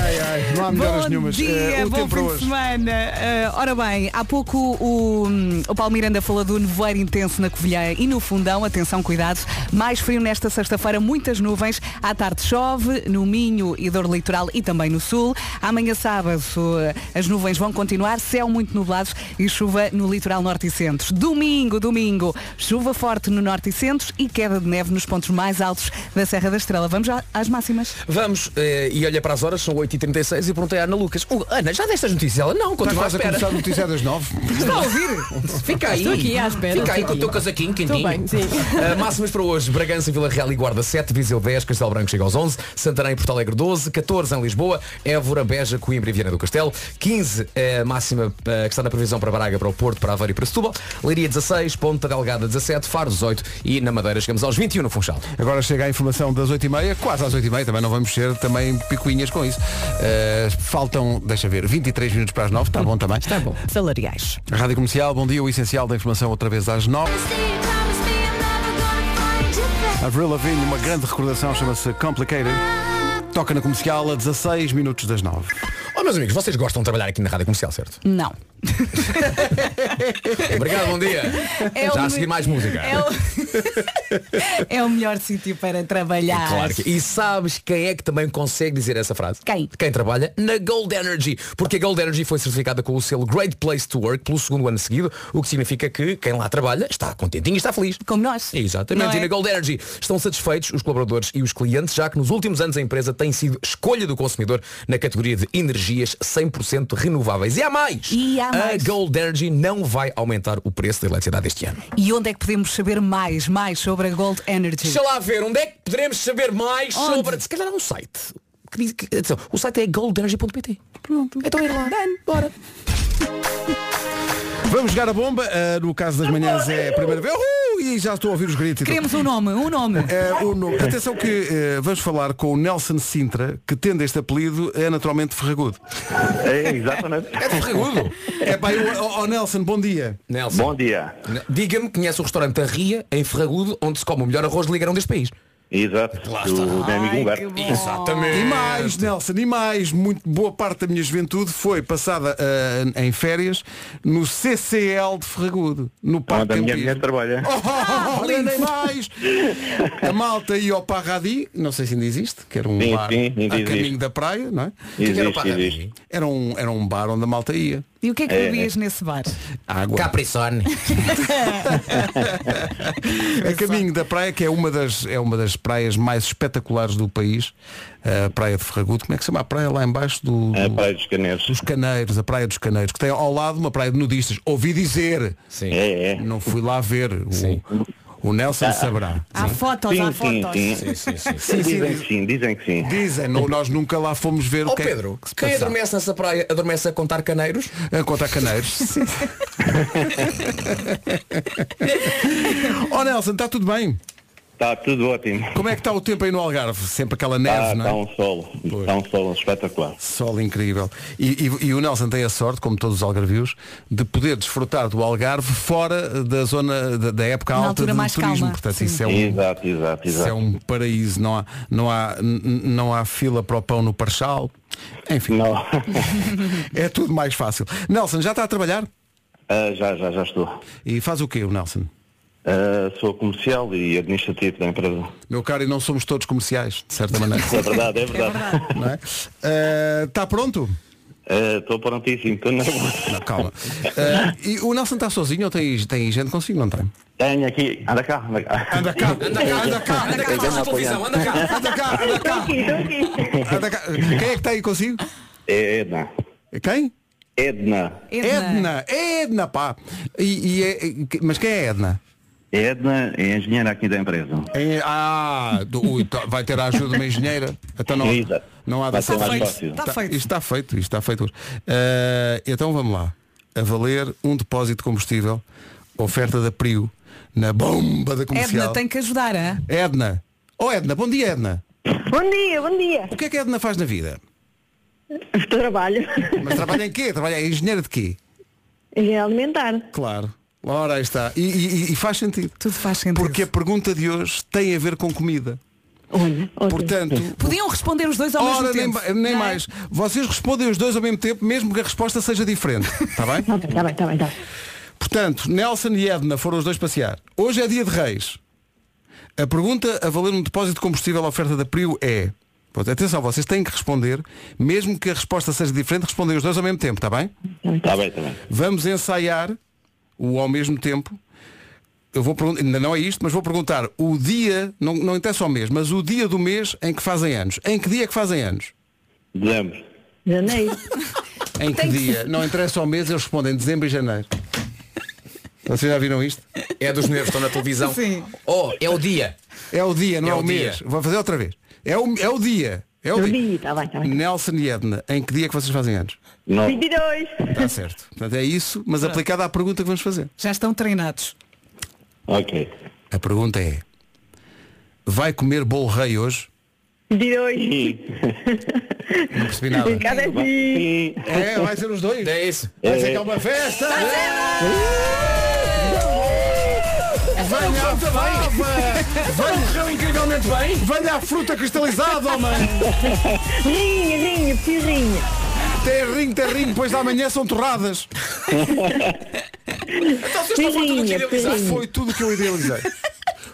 Speaker 1: Ai, ai, não há melhoras
Speaker 4: Bom
Speaker 1: nenhumas. Eh,
Speaker 4: dia,
Speaker 1: o
Speaker 4: bom
Speaker 1: tempo para
Speaker 4: fim de
Speaker 1: hoje.
Speaker 4: semana. Eh, ora bem, há pouco o, hum, o Paulo Miranda falou do nevoeiro intenso na Covilhã e no fundão, atenção, cuidado, mais frio nesta sexta-feira, muitas nuvens, à tarde chove, no Minho e dor litoral e também no Sul. Amanhã sábado eh, as nuvens vão continuar, céu muito nublado e chuva no litoral norte e centro. Domingo, domingo, chuva forte no norte e centro e queda de neve nos pontos mais altos da Serra da Estrela. Vamos já às máximas.
Speaker 8: Vamos, eh, e olha para as horas, são 8h36 e perguntei à Ana Lucas, "Oh, Ana, já deste as notícias? Ela não,
Speaker 1: Estás
Speaker 8: continua à
Speaker 1: quase a
Speaker 8: espera.
Speaker 1: começar a notícia das nove.
Speaker 8: Está a ouvir? Fica aí.
Speaker 2: Estou aqui à espera,
Speaker 8: Fica
Speaker 2: estou
Speaker 8: aí com o
Speaker 2: aqui.
Speaker 8: teu casaquinho
Speaker 2: Estou
Speaker 8: quentinho.
Speaker 2: bem, sim.
Speaker 8: Uh, máximas para hoje, Bragança, Vila Real e Guarda 7, Viseu 10, Castelo Branco chega aos 11, Santarém e Porto Alegre 12, 14 em Lisboa, Évora, Beja, Coimbra e Viana do Castelo, 15 a máxima uh, que está na previsão para Braga, para o Porto, para Aveiro e para Setúbal, Leiria 16, Ponta Delgada 17, Faro 18 e na Madeira chegamos aos 21 no Funchal.
Speaker 1: Agora chega a informação das 8h30, quase às 8h30, também não vamos ser também picuinhas com isso. Eh, faltam, deixa ver, 23 minutos para as 9, está bom também. Está bom.
Speaker 2: Salariais.
Speaker 1: Rádio Comercial, bom dia, o essencial da informação outra vez às 9. Avril Lavigne, uma grande recordação, chama-se Complicated. Toca na comercial a 16 minutos das 9.
Speaker 8: Oh, meus amigos, vocês gostam de trabalhar aqui na Rádio Comercial, certo?
Speaker 4: Não.
Speaker 8: Obrigado, bom dia.
Speaker 4: É
Speaker 8: já
Speaker 4: o
Speaker 8: a seguir
Speaker 4: me-
Speaker 8: mais música.
Speaker 4: É o, É o melhor sítio para trabalhar.
Speaker 8: Claro que- E sabes quem é que também consegue dizer essa frase?
Speaker 4: Quem?
Speaker 8: Quem trabalha na Gold Energy. Porque a Gold Energy foi certificada com o selo Great Place to Work pelo segundo ano seguido, o que significa que quem lá trabalha está contentinho e está feliz.
Speaker 4: Como nós. Não
Speaker 8: Exatamente.
Speaker 4: é?
Speaker 8: E na Gold Energy estão satisfeitos os colaboradores e os clientes, já que nos últimos anos a empresa tem sido escolha do consumidor na categoria de energias 100% renováveis. E há mais!
Speaker 4: E há
Speaker 8: A
Speaker 4: mais.
Speaker 8: Gold Energy não vai aumentar o preço da eletricidade este ano.
Speaker 4: E onde é que podemos saber mais, mais sobre a Gold Energy?
Speaker 8: Deixa lá ver, onde é que poderemos saber mais
Speaker 4: Onde?
Speaker 8: sobre. Se calhar há um site. Que diz que- atenção, o site é goldenergy.pt. Pronto. Então ir lá. Bora.
Speaker 1: Vamos jogar a bomba, eh, no caso das manhãs é a primeira vez. Uhul! e já estou a ouvir os gritos. e tudo.
Speaker 4: Queremos um nome, um nome.
Speaker 1: É, o nome- Atenção que eh, vamos falar com o Nelson Sintra, que tendo este apelido é naturalmente ferragudo.
Speaker 10: É, exatamente.
Speaker 8: É ferragudo.
Speaker 1: É pá, eu- ó- ó, Nelson, bom dia.
Speaker 8: Nelson.
Speaker 10: Bom dia.
Speaker 8: Diga-me que conhece o restaurante Arria, em Ferragudo, onde se come o melhor arroz de ligarão deste país.
Speaker 10: Exato, do meu amigo Humberto.
Speaker 8: Oh.
Speaker 1: E mais, Nelson, e mais, muito boa parte da minha juventude foi passada ah, em férias no CCL de Ferragudo, no Parque
Speaker 10: Onde a minha
Speaker 1: Campismo.
Speaker 10: mulher trabalha.
Speaker 1: Oh, oh, oh, olha, nem mais! A malta ia ao Parradi, não sei se ainda existe, que era um
Speaker 10: Sim,
Speaker 1: bar
Speaker 10: sim, ainda
Speaker 1: a
Speaker 10: existe.
Speaker 1: caminho da praia, não é?
Speaker 10: que era o Existe, Parradi? existe.
Speaker 1: Era um, era um bar onde a malta ia.
Speaker 4: E o que é que
Speaker 10: É,
Speaker 4: bebias nesse bar?
Speaker 1: Água.
Speaker 8: Capricone.
Speaker 1: A caminho da praia, que é uma das, é uma das praias mais espetaculares do país, a Praia de Ferragudo. Como é que se chama a praia lá embaixo do,
Speaker 10: É A
Speaker 1: do-
Speaker 10: Praia dos Caneiros.
Speaker 1: dos Caneiros, a Praia dos Caneiros, que tem ao lado uma praia de nudistas. Ouvi dizer,
Speaker 8: Sim.
Speaker 10: É, Ah. é.
Speaker 1: não fui lá ver,
Speaker 8: Sim.
Speaker 1: o, o Nelson saberá.
Speaker 4: Há fotos, há
Speaker 10: Sim,
Speaker 4: fotos.
Speaker 10: sim, sim.
Speaker 8: Sim, sim, sim.
Speaker 10: Dizem que sim, dizem que sim.
Speaker 1: Dizem, não- nós nunca lá fomos ver
Speaker 8: Ó
Speaker 1: o que é
Speaker 8: Pedro,
Speaker 1: que se
Speaker 8: quem
Speaker 1: passava.
Speaker 8: adormece nessa praia adormece a contar caneiros?
Speaker 1: A contar caneiros. oh Nelson, está tudo bem?
Speaker 10: Está Tá tudo ótimo.
Speaker 1: Como é que está o tempo aí no Algarve? Sempre aquela neve,
Speaker 10: Está
Speaker 1: não é?
Speaker 10: um solo, está um solo espetacular.
Speaker 1: Sol incrível. E, e- e o Nelson tem a sorte, como todos os algarvios, de poder desfrutar do Algarve fora da zona da, da época
Speaker 4: Na
Speaker 1: alta
Speaker 4: altura
Speaker 1: do
Speaker 4: mais
Speaker 1: turismo.
Speaker 4: calma,
Speaker 1: Portanto,
Speaker 4: sim.
Speaker 1: isso é um,
Speaker 10: Exato, exato,
Speaker 1: isso é
Speaker 10: exato.
Speaker 1: um paraíso. Não há, não, há, n- n- não há fila para o pão no Parchal. Enfim,
Speaker 10: Não,
Speaker 1: é tudo mais fácil. Nelson, já está a trabalhar?
Speaker 10: Ah, já, já, já estou.
Speaker 1: E faz o quê, o Nelson?
Speaker 10: Ah, sou comercial e administrativo da empresa.
Speaker 1: Meu caro, e não somos todos comerciais, de certa maneira.
Speaker 10: É verdade, é verdade.
Speaker 1: não é? Eh, Está pronto?
Speaker 10: Ah, Estou prontíssimo, estou nervoso.
Speaker 1: Não, calma. Eh, e o Nelson está sozinho ou tem, tem gente consigo, não tem?
Speaker 10: Tenho aqui, anda cá, anda cá.
Speaker 1: Anda cá, anda cá, anda cá, anda cá,
Speaker 10: Vem-me apoiar.
Speaker 8: anda cá.
Speaker 1: anda cá, anda cá, anda cá. Quem é que está aí consigo?
Speaker 10: É Edna.
Speaker 1: Quem?
Speaker 10: Edna.
Speaker 1: Edna, Edna, pá. E, e é- e- mas quem é Edna?
Speaker 10: Edna é engenheira aqui da empresa.
Speaker 1: É- ah, do- ui, tá- vai ter a ajuda de uma engenheira. Então não,
Speaker 10: Exato.
Speaker 1: não há
Speaker 10: Vai
Speaker 1: de
Speaker 10: ser mais
Speaker 1: Está-
Speaker 10: fácil.
Speaker 8: Tá,
Speaker 4: Está feito.
Speaker 1: Isto Tá, está feito, isto está feito hoje. Eh, então vamos lá. A valer um depósito de combustível, oferta da Prio, na bomba
Speaker 8: é
Speaker 1: da comercial.
Speaker 4: Edna tem que ajudar, hã?
Speaker 1: Edna. Oh Edna, bom dia Edna.
Speaker 11: Bom dia, bom dia.
Speaker 1: O que é que a Edna faz na vida?
Speaker 11: Trabalho.
Speaker 1: Mas trabalha em quê? Trabalha em engenheira de quê?
Speaker 11: E é alimentar.
Speaker 1: Claro. Ora, aí está. E, e- e faz sentido.
Speaker 4: Tudo faz sentido.
Speaker 8: é
Speaker 1: Porque a pergunta de hoje tem a ver com comida.
Speaker 11: Olha, olha.
Speaker 1: Portanto,
Speaker 4: Podiam responder os dois ao
Speaker 1: ora,
Speaker 4: mesmo
Speaker 1: nem,
Speaker 4: tempo.
Speaker 1: ba- nem
Speaker 4: Não é?
Speaker 1: mais. Vocês respondem os dois ao mesmo tempo, mesmo que a resposta seja diferente. Está bem?
Speaker 11: Tá bem, tá bem, tá bem, tá bem.
Speaker 1: Portanto, Nelson e Edna foram os dois passear. Hoje é dia de reis. A pergunta a valer um depósito de combustível à oferta da Prio é. Pois, Atenção, vocês têm que responder, mesmo que a resposta seja diferente, respondem os dois ao mesmo tempo, está bem?
Speaker 10: Está Tá bem, está bem.
Speaker 1: Vamos ensaiar o ao mesmo tempo. Eu vou perguntar, ainda não é isto, mas vou perguntar o dia, não, não interessa o mês, mas o dia do mês em que fazem anos. Em que dia é que fazem anos?
Speaker 10: Dezembro.
Speaker 11: Janeiro.
Speaker 1: Em que dia? Não interessa o mês, eles respondem dezembro e janeiro. Vocês já viram isto?
Speaker 8: É dos nervos, estão na televisão.
Speaker 4: Sim.
Speaker 8: Oh, é o dia.
Speaker 1: É o dia, não é,
Speaker 8: É
Speaker 1: o
Speaker 8: o
Speaker 1: mês.
Speaker 8: dia.
Speaker 1: Vou fazer outra vez. É o, é o dia. É o
Speaker 11: Eu
Speaker 1: dia.
Speaker 11: vi, está bem, está bem.
Speaker 1: Nelson e Edna, em que dia é que vocês fazem anos?
Speaker 10: 9.
Speaker 11: 22.
Speaker 1: Está certo. Portanto, é isso, mas aplicado à pergunta que vamos fazer.
Speaker 4: Já estão treinados.
Speaker 10: Ok.
Speaker 1: A pergunta é, vai comer bolo rei hoje?
Speaker 11: 22.
Speaker 1: Não percebi nada.
Speaker 10: um.
Speaker 11: Cada dia.
Speaker 10: Sim.
Speaker 1: É, vai ser os dois.
Speaker 8: É isso.
Speaker 1: Vai ser que é uma festa! Venha a fava!
Speaker 8: Correu incrivelmente bem.
Speaker 1: Venha a fruta cristalizada, homem!
Speaker 11: Rinha, rinha, pirrinha.
Speaker 1: Terrinho, terrinho, depois da manhã são torradas. Então,
Speaker 11: Pirrinha, pirrinha.
Speaker 1: Foi tudo que eu idealizei.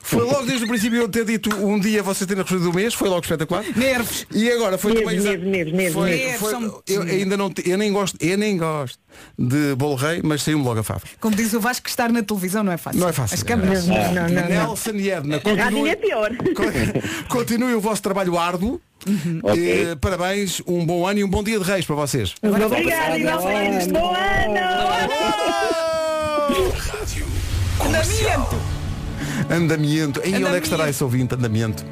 Speaker 1: Foi logo desde o princípio eu ter dito um dia você ter recebido do mês, foi logo espetacular.
Speaker 4: Nervos.
Speaker 1: E agora foi
Speaker 11: Nervos,
Speaker 1: também exa-
Speaker 11: nervos, nervos, nervos,
Speaker 1: foi-
Speaker 4: nervos.
Speaker 1: foi-
Speaker 4: São-
Speaker 1: eu ainda não te- eu nem gosto, eu nem gosto de bolo rei, mas saiu-me logo a fava.
Speaker 4: Como diz o Vasco, estar na televisão não é fácil.
Speaker 1: Não é fácil.
Speaker 4: As câmaras.
Speaker 11: Não, não, não. não.
Speaker 1: Nelson e Edna,
Speaker 11: A rádio
Speaker 1: continuem-
Speaker 11: é pior.
Speaker 1: Con- Continue o vosso trabalho árduo.
Speaker 11: Uhum.
Speaker 10: Ok.
Speaker 1: Eh, parabéns, um bom ano e um bom dia de reis para vocês.
Speaker 11: Uhum. Obrigada, igualmente. Bom ano.
Speaker 4: Andamento.
Speaker 1: Andamiento. E onde é que
Speaker 4: Andamiento.
Speaker 1: estará esse ouvinte? Andamiento.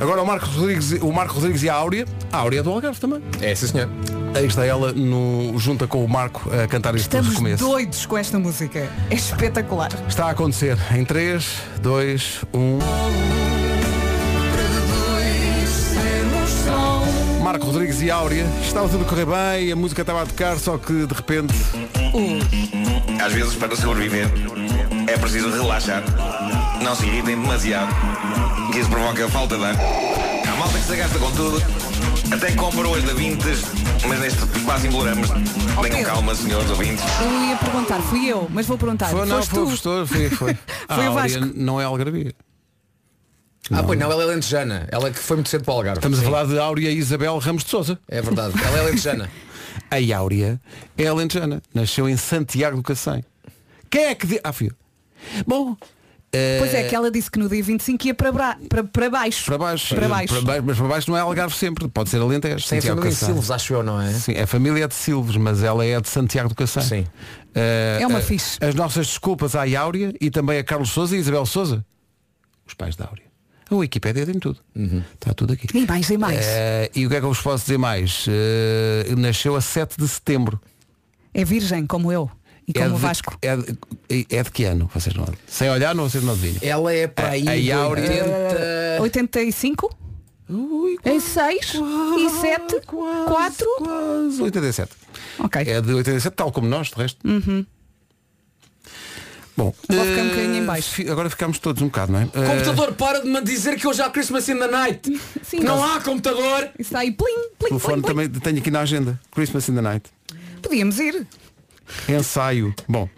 Speaker 1: Agora o Marco Rodrigues, o Marco Rodrigues e a Áurea. A Áurea é do Algarve também.
Speaker 8: É, sim senhor.
Speaker 1: Aí está ela no, junta com o Marco a cantar isto do
Speaker 4: Estamos
Speaker 1: recomeço.
Speaker 4: doidos com esta música. É espetacular.
Speaker 1: Está a acontecer em um. 3, 2, 1. Marco Rodrigues e Áurea, estava tudo a correr bem, a música estava a tocar, só que de repente
Speaker 12: Às vezes, para sobreviver, é preciso relaxar. não se irritem demasiado. Isso provoca falta de ar. Há malta que se gasta com tudo. Até compram as da Vintes, mas neste quase imploramos. Tenham calma, senhores ouvintes.
Speaker 4: Eu ia perguntar, fui eu, mas vou perguntar.
Speaker 1: Foi, não,
Speaker 4: Ah, foste
Speaker 1: foi,
Speaker 4: tu?
Speaker 1: gostou, foi, foi.
Speaker 4: Foi
Speaker 1: a
Speaker 4: o
Speaker 1: Áurea não é algarvia.
Speaker 8: Ah, pois não, ela é lentejana. Ela é que foi muito cedo para o Algarve.
Speaker 1: Estamos a falar de Áurea Isabel Ramos de Souza.
Speaker 8: É verdade. Ela é lentejana.
Speaker 1: a Áurea é lentejana. Nasceu em Santiago do Cacém. Quem é que... di- Ah, fui eu. Bom... eh,
Speaker 4: Pois é, que ela disse que no dia 25 ia para, bra... para, para baixo.
Speaker 1: Para baixo.
Speaker 4: Para baixo.
Speaker 1: Mas para baixo não é Algarve sempre. Pode ser Alentejo.
Speaker 8: Tem a
Speaker 1: Santiago
Speaker 8: família
Speaker 1: do Cacém.
Speaker 8: Silves, acho eu, não é?
Speaker 1: Sim, a família é de Silves, mas ela é de Santiago do Cacém. Sim.
Speaker 4: É uma fixe.
Speaker 1: As nossas desculpas à Áurea e também a Carlos Souza e Isabel Souza. Os pais da Áurea. A Wikipédia tem tudo. Está tudo aqui.
Speaker 4: E mais, e mais. É,
Speaker 1: Eh, e o que é que eu vos posso dizer mais? Eh, nasceu a 7 de setembro.
Speaker 4: É virgem, como eu. E
Speaker 1: é
Speaker 4: como o
Speaker 1: de,
Speaker 4: Vasco.
Speaker 1: É de, é de que ano? Vocês não, sem olhar, não, vocês não adivinham.
Speaker 8: Ela é
Speaker 1: para aí. A, a Áurea.
Speaker 4: 85? em 6? É E 7? 4?
Speaker 1: 87. É de 87, tal como nós, de resto.
Speaker 4: Uhum.
Speaker 1: Bom,
Speaker 4: Agora fiquei um
Speaker 1: eh,
Speaker 4: bocadinho em baixo.
Speaker 1: fi- agora ficamos todos um bocado, não é? Eh,
Speaker 8: Computador, para de me dizer que hoje há Christmas in the night.
Speaker 4: Sim.
Speaker 8: não há computador.
Speaker 4: Está aí, plim,
Speaker 1: O
Speaker 4: plim,
Speaker 1: telefone
Speaker 4: plim, plim.
Speaker 1: também tenho aqui na agenda. Christmas in the night.
Speaker 4: Podíamos ir.
Speaker 1: Ensaio. Bom,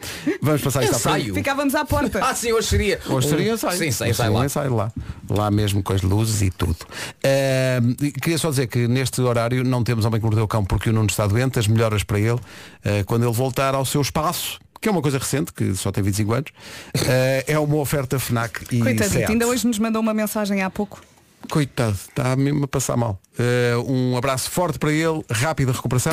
Speaker 1: vamos passar isto à frente.
Speaker 4: Ficávamos à porta.
Speaker 8: Ah, sim, hoje seria. Um-
Speaker 1: Hoje seria ensaio.
Speaker 8: Sim,
Speaker 1: Hoje
Speaker 8: sei, sai
Speaker 1: seria
Speaker 8: lá.
Speaker 1: ensaio lá. Lá mesmo com as luzes e tudo. Ahm, e queria só dizer que neste horário não temos homem que mordeu o cão porque o Nuno está doente, as melhoras para ele, ah, quando ele voltar ao seu espaço, que é uma coisa recente, que só tem 25 anos, ah, é uma oferta FNAC e
Speaker 4: Coitadito,
Speaker 1: SEAT.
Speaker 4: ainda hoje nos mandou uma mensagem há pouco.
Speaker 1: Coitado, está mesmo a passar mal. Eh, um abraço forte para ele, rápida recuperação.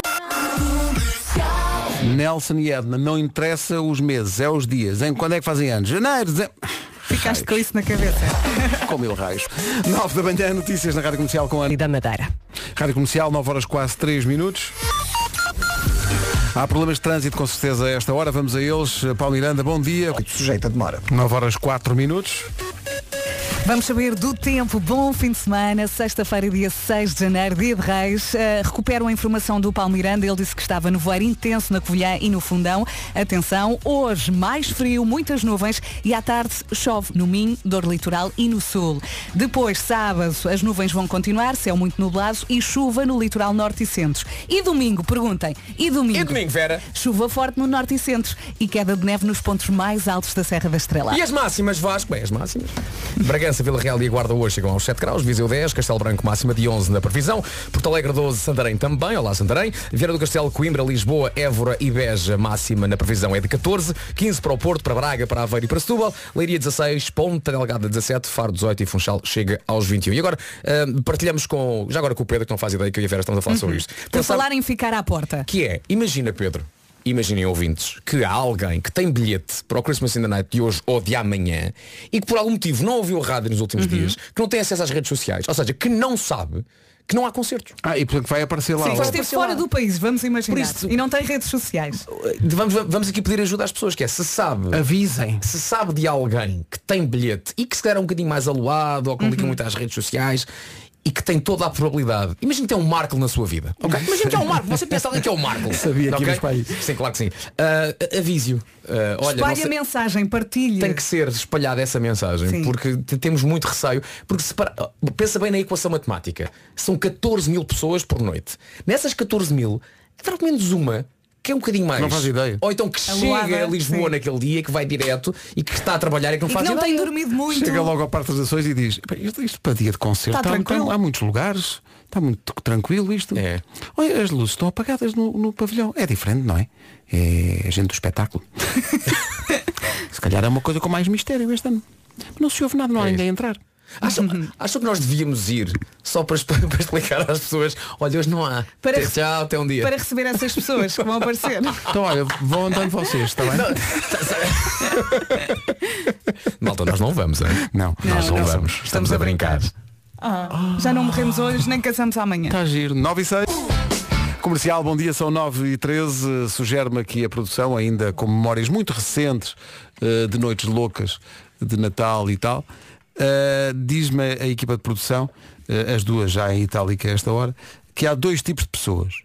Speaker 1: Nelson e Edna, não interessa os meses, é os dias. Em quando é que fazem anos? Janeiro, dezembro.
Speaker 4: Ficaste com isso na cabeça.
Speaker 1: Com mil raios. 9 da manhã, notícias na Rádio Comercial com a Ana
Speaker 2: da Madeira.
Speaker 1: Rádio Comercial, 9 horas quase 3 minutos. Há problemas de trânsito com certeza a esta hora, vamos a eles. Paulo Miranda, bom dia.
Speaker 3: Sujeita demora.
Speaker 1: 9 horas 4 minutos.
Speaker 4: Vamos saber do tempo. Bom fim de semana, sexta-feira, dia 6 de janeiro, dia de reis. Eh, recupero a informação do Paulo Miranda. Ele disse que estava no voar intenso na Covilhã e no Fundão. Atenção, hoje mais frio, muitas nuvens e à tarde chove no Minho, Dor Litoral e no Sul. Depois, sábado, as nuvens vão continuar, céu muito nublado e chuva no litoral norte e centro. E domingo, perguntem, e domingo?
Speaker 8: E domingo, Vera?
Speaker 4: Chuva forte no norte e centro e queda de neve nos pontos mais altos da Serra da Estrela.
Speaker 8: E as máximas, Vasco? Bem, as máximas. Bragança, Vila Real e Guarda hoje chegam aos 7 graus, Viseu 10, Castelo Branco máxima de 11 na previsão, Porto Alegre 12, Santarém também, olá Santarém, Vieira do Castelo, Coimbra, Lisboa, Évora e Beja máxima na previsão é de 14, 15 para o Porto, para Braga, para Aveiro e para Setúbal, Leiria 16, Ponta Delgada 17, Faro 18 e Funchal chega aos 21. E agora hum, partilhamos com, já agora com o Pedro que não faz ideia que eu e a Vera estamos a falar sobre isto.
Speaker 4: Uhum.
Speaker 8: Então,
Speaker 4: Por
Speaker 8: Pensar-
Speaker 4: falar em ficar à porta.
Speaker 8: que é, imagina Pedro, imaginem ouvintes, que há alguém que tem bilhete para o Christmas in the Night de hoje ou de amanhã e que por algum motivo não ouviu a rádio nos últimos dias, que não tem acesso às redes sociais, ou seja, que não sabe que não há concertos.
Speaker 1: Ah, e portanto vai aparecer lá.
Speaker 4: Sim,
Speaker 1: logo.
Speaker 4: mas esteve fora do país, vamos imaginar.
Speaker 8: Por isso-
Speaker 4: E não tem redes sociais.
Speaker 8: Vamos, vamos aqui pedir ajuda às pessoas, que é se sabe.
Speaker 1: Avisem.
Speaker 8: Se sabe de alguém que tem bilhete e que se calhar é um bocadinho mais aloado ou que liga muito às redes sociais e que tem toda a probabilidade. Imagina que tem um Marco na sua vida. ok? Imagina que é um Marco. Você pensa alguém que é o Marco.
Speaker 1: Sabia que
Speaker 8: Ok?
Speaker 1: íamos para aí.
Speaker 8: Sim, claro que sim. Ah, avise-o. Ah, olha, não
Speaker 4: Espalhe
Speaker 8: sei-
Speaker 4: a mensagem, partilhe.
Speaker 8: tem que ser espalhada essa mensagem
Speaker 4: Sim.
Speaker 8: porque te- temos muito receio porque se para- pensa bem na equação matemática são 14 mil pessoas por noite nessas 14 mil haverá pelo menos uma que é um bocadinho mais
Speaker 1: Não faz ideia.
Speaker 8: ou então que
Speaker 4: Aloada,
Speaker 8: chega a Lisboa
Speaker 4: sim.
Speaker 8: naquele dia que vai direto e que está a trabalhar e que não
Speaker 4: E que
Speaker 8: faz
Speaker 4: não
Speaker 8: ideia
Speaker 4: tem dormido muito.
Speaker 1: Chega um logo ao Parque das Nações e diz, "Pá, isto, isto para dia de concerto,
Speaker 4: Está
Speaker 1: está-
Speaker 4: tranquilo."
Speaker 1: está- há muitos lugares, está muito tranquilo isto.
Speaker 8: É.
Speaker 1: Olha, as luzes estão apagadas no, no pavilhão. É diferente, não é? É a gente do espetáculo. se calhar é uma coisa com mais mistério este ano. Mas Não se ouve nada, não há
Speaker 8: É.
Speaker 1: ainda a entrar.
Speaker 8: acham, acham que nós devíamos ir só para, exp- para explicar às pessoas olha hoje não há
Speaker 4: Para-
Speaker 8: Até- tchau até um dia
Speaker 4: Para receber essas pessoas que vão aparecer.
Speaker 1: Então olha, vão andando vocês, está bem?
Speaker 8: malta nós não vamos hein?
Speaker 1: Não,
Speaker 8: nós não,
Speaker 1: não.
Speaker 8: vamos estamos, a brincar,
Speaker 4: Ah, já não morremos hoje, nem casamos amanhã.
Speaker 1: Está Tá giro. 9 e 6. Comercial, bom dia, são 9 e 13. Sugere-me aqui a produção, ainda com memórias muito recentes eh, de noites loucas de Natal e tal. Eh, Diz-me a equipa de produção, eh, as duas já em itálica a esta hora, que há dois tipos de pessoas.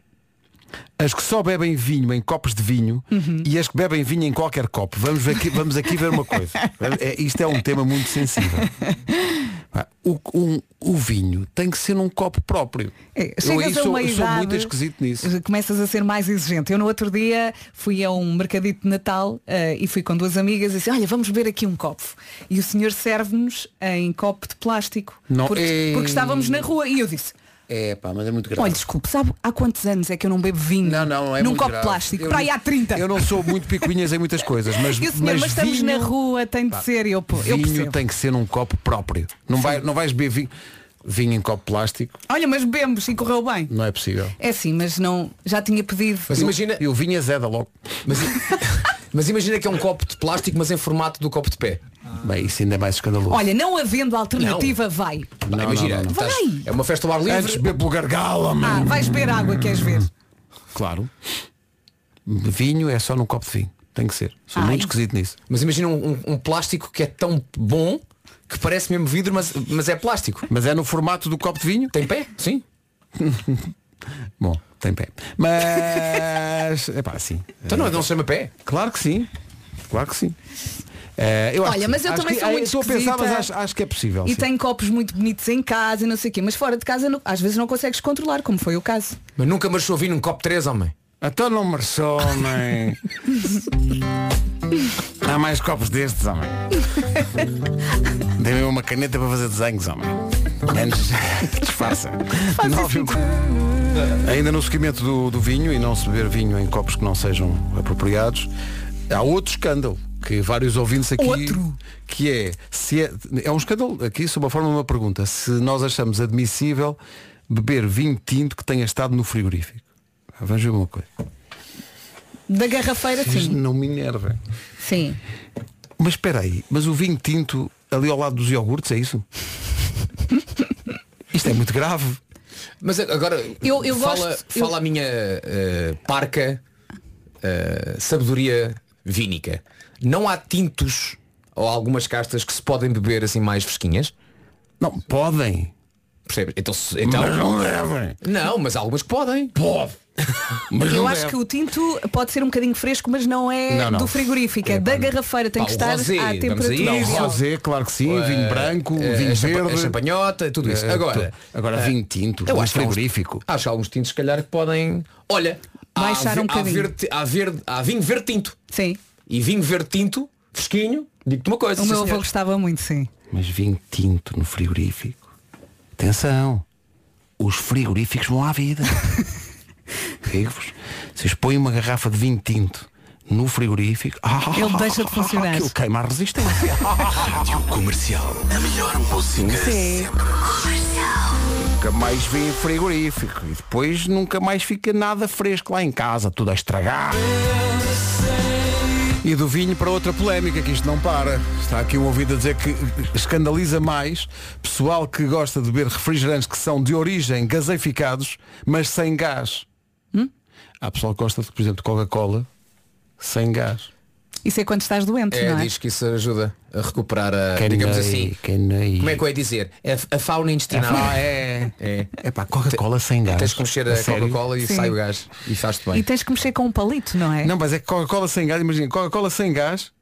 Speaker 1: As que só bebem vinho em copos de vinho
Speaker 4: Uhum.
Speaker 1: e as que bebem vinho em qualquer copo. Vamos aqui, vamos aqui ver uma coisa. É, isto é um tema muito sensível. Pá, O, um- o vinho tem que ser num copo próprio.
Speaker 4: É,
Speaker 1: eu aí
Speaker 4: chegas a
Speaker 1: sou,
Speaker 4: uma
Speaker 1: eu sou
Speaker 4: idade,
Speaker 1: muito esquisito nisso.
Speaker 4: Começas a ser mais exigente. Eu no outro dia fui a um mercadito de Natal eh, e fui com duas amigas e disse, olha, vamos beber aqui um copo. E o senhor serve-nos em copo de plástico.
Speaker 1: Não,
Speaker 4: porque,
Speaker 1: ei.
Speaker 4: porque estávamos na rua e eu disse,
Speaker 1: É pá, mas é muito grave.
Speaker 4: olha, desculpe, sabe há quantos anos é que eu não bebo vinho
Speaker 1: não, é
Speaker 4: num
Speaker 1: muito
Speaker 4: copo de
Speaker 1: grave.
Speaker 4: plástico?
Speaker 1: Eu
Speaker 4: Para aí
Speaker 1: não-
Speaker 4: há 30.
Speaker 1: Eu não sou muito picuinhas em muitas coisas, mas,
Speaker 4: E o senhor, mas, estamos
Speaker 1: vinho-
Speaker 4: na rua, tem de
Speaker 1: Pá,
Speaker 4: ser, eu, eu
Speaker 1: vinho
Speaker 4: percebo.
Speaker 1: tem que ser num copo próprio. Não, vai, não vais beber vinho, vinho em copo plástico,
Speaker 4: Olha, mas bebemos e correu bem.
Speaker 1: não é possível.
Speaker 4: É sim, mas não, já tinha pedido.
Speaker 8: Mas imagina.
Speaker 1: E o vinho azeda logo.
Speaker 8: Mas, mas imagina que é um copo de plástico, mas em formato do copo de pé.
Speaker 1: Bem, isso ainda é mais escandaloso.
Speaker 4: Olha, não havendo alternativa, vai.
Speaker 8: Pá,
Speaker 1: Não,
Speaker 8: imagina,
Speaker 1: não, não, não.
Speaker 8: estás-
Speaker 4: Vai.
Speaker 8: é uma festa ao ar livre.
Speaker 1: Antes bebo gargala,
Speaker 4: Ah,
Speaker 1: mano.
Speaker 4: vais beber água, queres ver?
Speaker 1: Claro. Vinho é só num copo de vinho. Tem que ser. Sou
Speaker 8: Ai.
Speaker 1: muito esquisito nisso.
Speaker 8: Mas imagina um, um- um plástico que é tão bom que parece mesmo vidro, mas, mas é plástico.
Speaker 1: Mas é no formato do copo de vinho?
Speaker 8: Tem pé? Sim.
Speaker 1: Bom, tem pé. Mas é pá, sim.
Speaker 8: Então não, não se chama pé.
Speaker 1: Claro que sim. Claro que sim. Eh, eu acho
Speaker 4: Olha,
Speaker 1: que-
Speaker 4: mas eu
Speaker 1: acho
Speaker 4: também
Speaker 1: que,
Speaker 4: sou
Speaker 1: eh,
Speaker 4: muito
Speaker 1: se eu pensar, mas
Speaker 4: esquisita.
Speaker 1: acho, acho que é possível.
Speaker 4: E
Speaker 1: sim.
Speaker 4: tem copos muito bonitos em casa e não sei o quê, mas fora de casa não- às vezes não consegues controlar, como foi o caso.
Speaker 8: Mas nunca marchou vinho num copo 3, homem.
Speaker 1: Então não marchou, homem. Há mais copos destes, homem. Dê-me uma caneta para fazer desenhos, homem. Menos disfarça. Nove e um quarto. Ainda no seguimento do, do vinho e não se beber vinho em copos que não sejam apropriados, há outro escândalo que vários ouvintes aqui
Speaker 4: Outro?
Speaker 1: que é se é, é um escândalo aqui sob a forma de uma pergunta se nós achamos admissível beber vinho tinto que tenha estado no frigorífico. Ah, Vamos ver uma coisa.
Speaker 4: Da garrafeira,
Speaker 1: Isto
Speaker 4: sim.
Speaker 1: não me enerva.
Speaker 4: Sim.
Speaker 1: Mas espera aí, mas o vinho tinto ali ao lado dos iogurtes é isso? Isto é muito grave.
Speaker 8: Mas agora
Speaker 4: Eu- eu
Speaker 8: fala,
Speaker 4: gosto- eu-
Speaker 8: fala a minha eh, parca eh, sabedoria vínica. Não há tintos ou algumas castas que se podem beber assim mais fresquinhas.
Speaker 1: Não, podem.
Speaker 8: Percebes? Então, se- então-
Speaker 1: Mas não devem.
Speaker 8: Não, mas há algumas que podem.
Speaker 1: Pode. Mas
Speaker 4: Eu
Speaker 1: não
Speaker 4: acho
Speaker 1: deve.
Speaker 4: que o tinto pode ser um bocadinho fresco, mas não é
Speaker 1: Não, não.
Speaker 4: do frigorífico, é, da garrafeira, tem
Speaker 8: Pá,
Speaker 4: que
Speaker 8: o
Speaker 4: estar
Speaker 8: rosé,
Speaker 4: à
Speaker 8: vamos
Speaker 4: temperatura.
Speaker 8: a isso.
Speaker 1: Não,
Speaker 4: ideal.
Speaker 1: rosé, claro que sim, vinho branco,
Speaker 8: Eh,
Speaker 1: vinho
Speaker 8: a champa-
Speaker 1: verde.
Speaker 8: a champanhota, tudo isso.
Speaker 1: Eh,
Speaker 8: Agora,
Speaker 1: tu- agora
Speaker 8: eh,
Speaker 1: vinho tinto,
Speaker 8: eu
Speaker 1: no
Speaker 8: acho que há uns-
Speaker 1: frigorífico.
Speaker 8: Acho que há alguns tintos, se calhar, que podem. Olha, há
Speaker 4: Baixar
Speaker 8: ve-
Speaker 4: um
Speaker 8: há,
Speaker 4: bocadinho.
Speaker 8: verde, há, verde, há vinho verde tinto.
Speaker 4: Sim.
Speaker 8: E vinho verde tinto, fresquinho, digo-te uma coisa.
Speaker 4: O
Speaker 8: sim,
Speaker 4: meu
Speaker 8: senhor.
Speaker 4: avô gostava muito, sim.
Speaker 1: Mas vinho tinto no frigorífico. Atenção, os frigoríficos vão à vida. Digo-vos, vocês põem uma garrafa de vinho tinto no frigorífico, ah,
Speaker 4: Ele deixa de funcionar.
Speaker 1: Aquilo queima a resistência.
Speaker 12: Comercial. A melhor música.
Speaker 4: Sim.
Speaker 1: nunca mais vem frigorífico. E depois nunca mais fica nada fresco lá em casa, tudo a estragar. E do vinho para outra polémica, que isto não para. Está aqui um ouvido a dizer que escandaliza mais pessoal que gosta de beber refrigerantes que são de origem gaseificados, mas sem gás. Há pessoal que gosta, de, por exemplo, de Coca-Cola sem gás.
Speaker 4: Isso é quando estás doente,
Speaker 8: É,
Speaker 4: não é?
Speaker 8: diz que isso ajuda a recuperar a,
Speaker 1: Quem
Speaker 8: digamos
Speaker 1: não-
Speaker 8: assim,
Speaker 1: quem não-
Speaker 8: como é que eu ia dizer? A, a fauna intestinal.
Speaker 1: Ah, é.
Speaker 8: É.
Speaker 1: É pá, Coca-Cola sem gás.
Speaker 8: Tens que mexer a,
Speaker 1: sério?
Speaker 8: Coca-Cola e
Speaker 4: Sim.
Speaker 8: sai o gás. E faz-te
Speaker 4: E
Speaker 8: bem.
Speaker 4: tens que mexer com um palito, não é?
Speaker 1: Não, mas é que Coca-Cola sem gás, imagina, Coca-Cola sem gás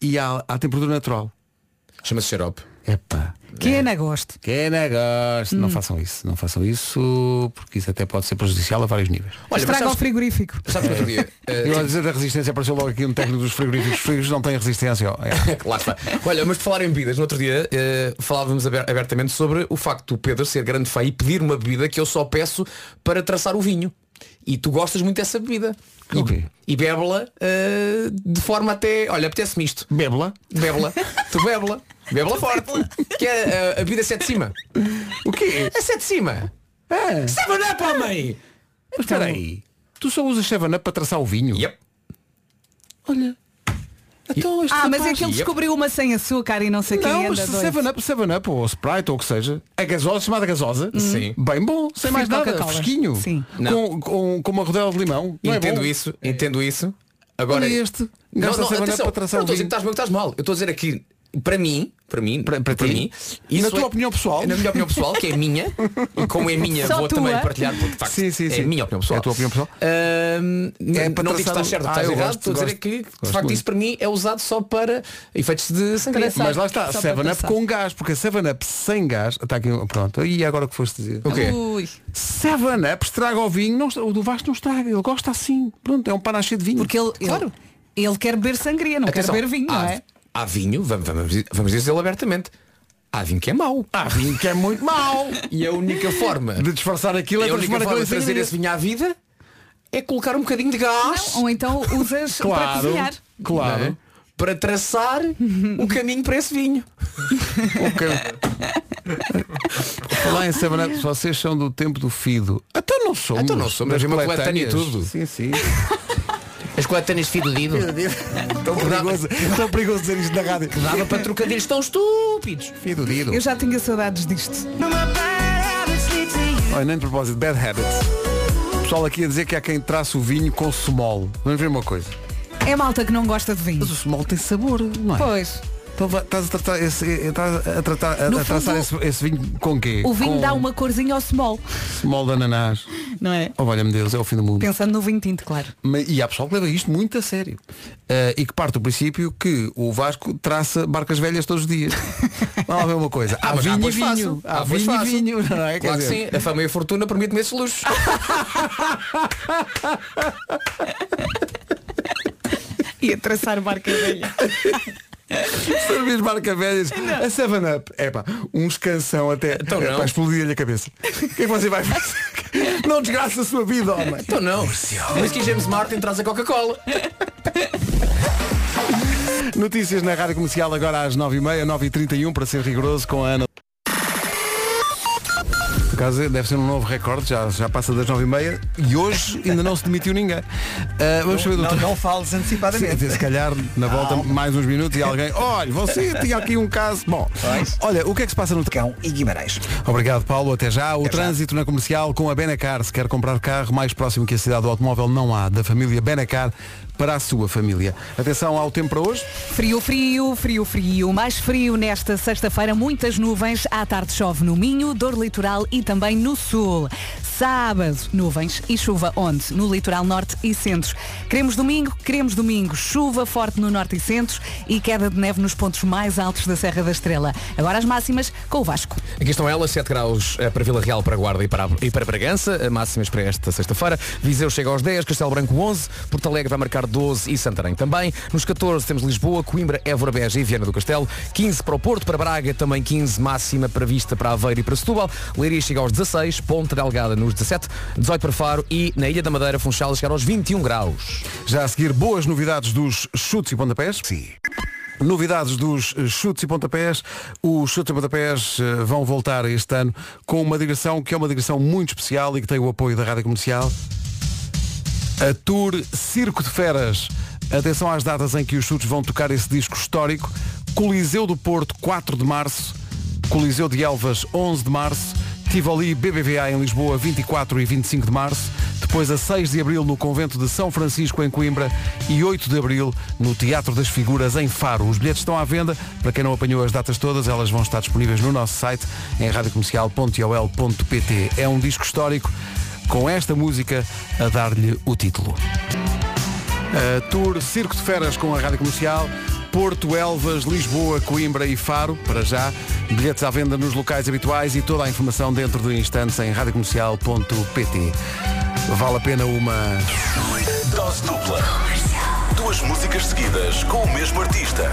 Speaker 1: e à, à temperatura natural.
Speaker 8: Chama-se xarope.
Speaker 1: Epá.
Speaker 4: Que é na gosto.
Speaker 1: Que negócio. Não façam isso, não façam isso, porque isso até pode ser prejudicial a vários níveis.
Speaker 8: Olha, mas
Speaker 4: Estraga o
Speaker 8: sabes,
Speaker 4: frigorífico.
Speaker 8: sabes que outro dia. eh,
Speaker 1: Eu a dizer da resistência apareceu logo aqui um técnico dos frigoríficos. Os frigoríficos não têm resistência. ó. É.
Speaker 8: Lá está. Olha, mas de falar em bebidas, no outro dia eh, falávamos aber- abertamente sobre o facto do Pedro ser grande fã e pedir uma bebida que eu só peço para traçar o vinho. E tu gostas muito dessa bebida. E,
Speaker 1: Ok.
Speaker 8: e bebe-la eh, de forma até. Olha, apetece-me isto.
Speaker 1: Bebe-la.
Speaker 8: Bebe-la. tu bebe-la. Bebe-la forte. Que é eh, a bebida sete de cima.
Speaker 1: O quê?
Speaker 8: É sete de cima.
Speaker 1: Ah,
Speaker 8: Seven up, homem!
Speaker 1: mas espera aí. Tu só usas 7 para traçar o vinho?
Speaker 8: Então- Yep.
Speaker 1: Olha. Então, este
Speaker 4: Ah, mas é
Speaker 1: rapaz-
Speaker 4: que ele descobriu uma sem açúcar e não sei quem
Speaker 1: Não, mas
Speaker 4: anda doido.
Speaker 1: 7-Up, 7-Up ou Sprite ou o que seja, a gasosa chamada gasosa,
Speaker 8: Uhum. Sim.
Speaker 1: bem bom, sem mais nada,
Speaker 4: Coca-Cola.
Speaker 1: fresquinho,
Speaker 4: Sim.
Speaker 1: com, com, com uma rodela de limão. Não é
Speaker 8: entendo
Speaker 1: bom?
Speaker 8: isso, entendo isso. Agora
Speaker 1: Olha este.
Speaker 8: Não,
Speaker 1: Gasta
Speaker 8: não,
Speaker 1: Seven Up
Speaker 8: atenção.
Speaker 1: para traçar
Speaker 8: Não então, estou a
Speaker 1: o
Speaker 8: dizer que
Speaker 1: vinho.
Speaker 8: estás bem ou que estás mal. Eu estou a dizer aqui, para mim, para mim, para, para, mim,
Speaker 1: Na tua
Speaker 8: opinião pessoal, na minha opinião pessoal, que é minha, e como é minha,
Speaker 1: Só
Speaker 8: vou também
Speaker 1: tua.
Speaker 8: partilhar porque de facto
Speaker 1: Sim, sim,
Speaker 8: é
Speaker 1: sim.
Speaker 8: a minha opinião pessoal.
Speaker 1: É a tua opinião pessoal?
Speaker 8: Ahm,
Speaker 1: É
Speaker 8: não
Speaker 1: para
Speaker 8: digo que
Speaker 1: traçar
Speaker 8: estás
Speaker 1: o-
Speaker 8: certo,
Speaker 1: Ah,
Speaker 8: estás
Speaker 1: eu
Speaker 8: errado,
Speaker 1: gosto,
Speaker 8: estou a dizer
Speaker 1: gosto.
Speaker 8: é que de
Speaker 1: Gosto
Speaker 8: facto
Speaker 1: muito.
Speaker 8: isso para mim é usado só para efeitos de sangria.
Speaker 1: Mas lá está, 7-Up com gás, porque a 7-Up sem gás. Está aqui, um- pronto. E agora o que foste dizer?
Speaker 8: O quê?
Speaker 1: 7-Up estraga o vinho, não, estra- o do Vasco não estraga, ele gosta assim. Pronto, é um panache de vinho. Porque
Speaker 4: ele, claro. ele quer beber sangria, não
Speaker 8: Atenção, Ah,
Speaker 4: quer beber vinho, não
Speaker 8: há-
Speaker 4: é?
Speaker 8: Há vinho, vamos, vamos, vamos dizê-lo abertamente. Há vinho que é mau. Há vinho que é muito mau. E a única forma
Speaker 1: de disfarçar aquilo é
Speaker 8: a única
Speaker 1: transformar
Speaker 8: forma
Speaker 1: aquilo
Speaker 8: de trazer esse vinho à vida é colocar um bocadinho de gás.
Speaker 4: Não, ou então usas para
Speaker 8: Claro,
Speaker 4: cozinhar.
Speaker 1: claro.
Speaker 8: Não é? Para traçar o caminho para esse vinho.
Speaker 1: Falar em 7-Up, se vocês são do tempo do Fido. Até não somos.
Speaker 8: Então não somos,
Speaker 1: Das
Speaker 8: é uma coletânea e
Speaker 1: coletâneas.
Speaker 8: tudo.
Speaker 1: Sim, sim.
Speaker 8: As coletâneas Fido Dido.
Speaker 1: Tão perigoso, tão perigoso dizer isto na rádio.
Speaker 8: Dava para trocadilhos tão estúpidos.
Speaker 1: Fido Dido.
Speaker 4: Eu já tinha saudades disto.
Speaker 1: Olha, nem de propósito, Bad Habits. O pessoal aqui a dizer que há quem traça o vinho com sumol. Vamos ver uma coisa.
Speaker 4: É malta que não gosta de vinho. Mas
Speaker 1: o small tem sabor, não é?
Speaker 4: Pois.
Speaker 1: Então vá- estás a tratar esse, eh, estás a, tratar, a,
Speaker 4: No
Speaker 1: a traçar esse,
Speaker 4: fundo,
Speaker 1: esse vinho com quê?
Speaker 4: O vinho
Speaker 1: com
Speaker 4: dá uma corzinha ao small,
Speaker 1: Small de ananás.
Speaker 4: não é?
Speaker 1: Oh, valha-me Deus, é o fim do mundo.
Speaker 4: Pensando no vinho tinto, claro.
Speaker 1: Mas- E há pessoal que leva isto muito a sério. Eh, e que parte do princípio que o Vasco traça barcas velhas todos os dias. Vamos lá ver uma coisa. Há
Speaker 8: mas
Speaker 1: Ah, vinho e
Speaker 8: pois fácil.
Speaker 1: vinho.
Speaker 8: Ah,
Speaker 1: Há
Speaker 8: pois
Speaker 1: vinho e
Speaker 8: fácil.
Speaker 1: vinho. Não é? Quer
Speaker 8: Claro que
Speaker 1: dizer,
Speaker 8: sim, a fama e a fortuna permitem esses luxos.
Speaker 4: E a traçar barca velha.
Speaker 1: Sabias marca velhas? A 7-Up. É pá, uns canção até. Então
Speaker 8: não.
Speaker 1: explodir-lhe a cabeça. O que é que você vai fazer? Não desgraça a sua vida, homem.
Speaker 8: Então não. Mas que James Martin traz a Coca-Cola.
Speaker 1: Notícias na Rádio Comercial agora às 9h30, 9h31, para ser rigoroso com a Ana. Por acaso deve ser um novo recorde, já, já passa das 9h30 e hoje ainda não se demitiu ninguém. Ah, vamos saber do
Speaker 3: Não, não fales antecipadamente.
Speaker 1: Se, se calhar na volta mais uns minutos e alguém. Olha, você tinha aqui um caso. Bom, olha, o que é que se passa no
Speaker 3: Cão e Guimarães.
Speaker 1: Obrigado, Paulo. Até já. O trânsito na comercial com a Benacar. Se quer comprar carro mais próximo que a cidade do automóvel, não há. Da família Benacar para a sua família. Atenção ao tempo para hoje.
Speaker 4: Frio, frio, frio, frio. Mais frio nesta sexta-feira, muitas nuvens. À tarde chove no Minho, dor litoral e também no sul. Sábado, nuvens e chuva onde? No litoral norte e centro. Queremos domingo, queremos domingo. Chuva forte no norte e centro e queda de neve nos pontos mais altos da Serra da Estrela. Agora as máximas com o Vasco.
Speaker 8: Aqui estão elas, 7 graus eh, para Vila Real, para Guarda e para, e para Bragança, eh, máximas para esta sexta-feira. Viseu chega aos 10, Castelo Branco 11, Porto Alegre vai marcar 12 e Santarém também. Nos 14 temos Lisboa, Coimbra, Évora, Beja e Viana do Castelo. 15 para o Porto, para Braga também 15, máxima prevista para Aveiro e para Setúbal. Leiria chega aos 16, Ponta Delgada nos 17, 18 para Faro e na Ilha da Madeira, Funchal, chegar aos 21 graus.
Speaker 1: Já a seguir, boas novidades dos chutes e pontapés. Sim. Novidades dos eh, chutes e pontapés. Os chutes e pontapés eh, vão voltar este ano com uma digressão que é uma digressão muito especial e que tem o apoio da Rádio Comercial. A Tour Circo de Feras. Atenção às datas em que os chutes vão tocar esse disco histórico. Coliseu do Porto, 4 de março. Coliseu de Elvas, 11 de março. Tivoli BBVA em Lisboa, 24 e 25 de março. Depois, a 6 de abril, no Convento de São Francisco, em Coimbra. E 8 de abril, no Teatro das Figuras, em Faro. Os bilhetes estão à venda. Para quem não apanhou as datas todas, elas vão estar disponíveis no nosso site, em radiocomercial.ol.pt. É um disco histórico com esta música a dar-lhe o título. A Tour Circo de Feras com a Rádio Comercial, Porto, Elvas, Lisboa, Coimbra e Faro, para já. Bilhetes à venda nos locais habituais e toda a informação dentro de instantes em radiocomercial.pt. Vale a pena uma.
Speaker 13: Dose dupla. Duas músicas seguidas com o mesmo artista.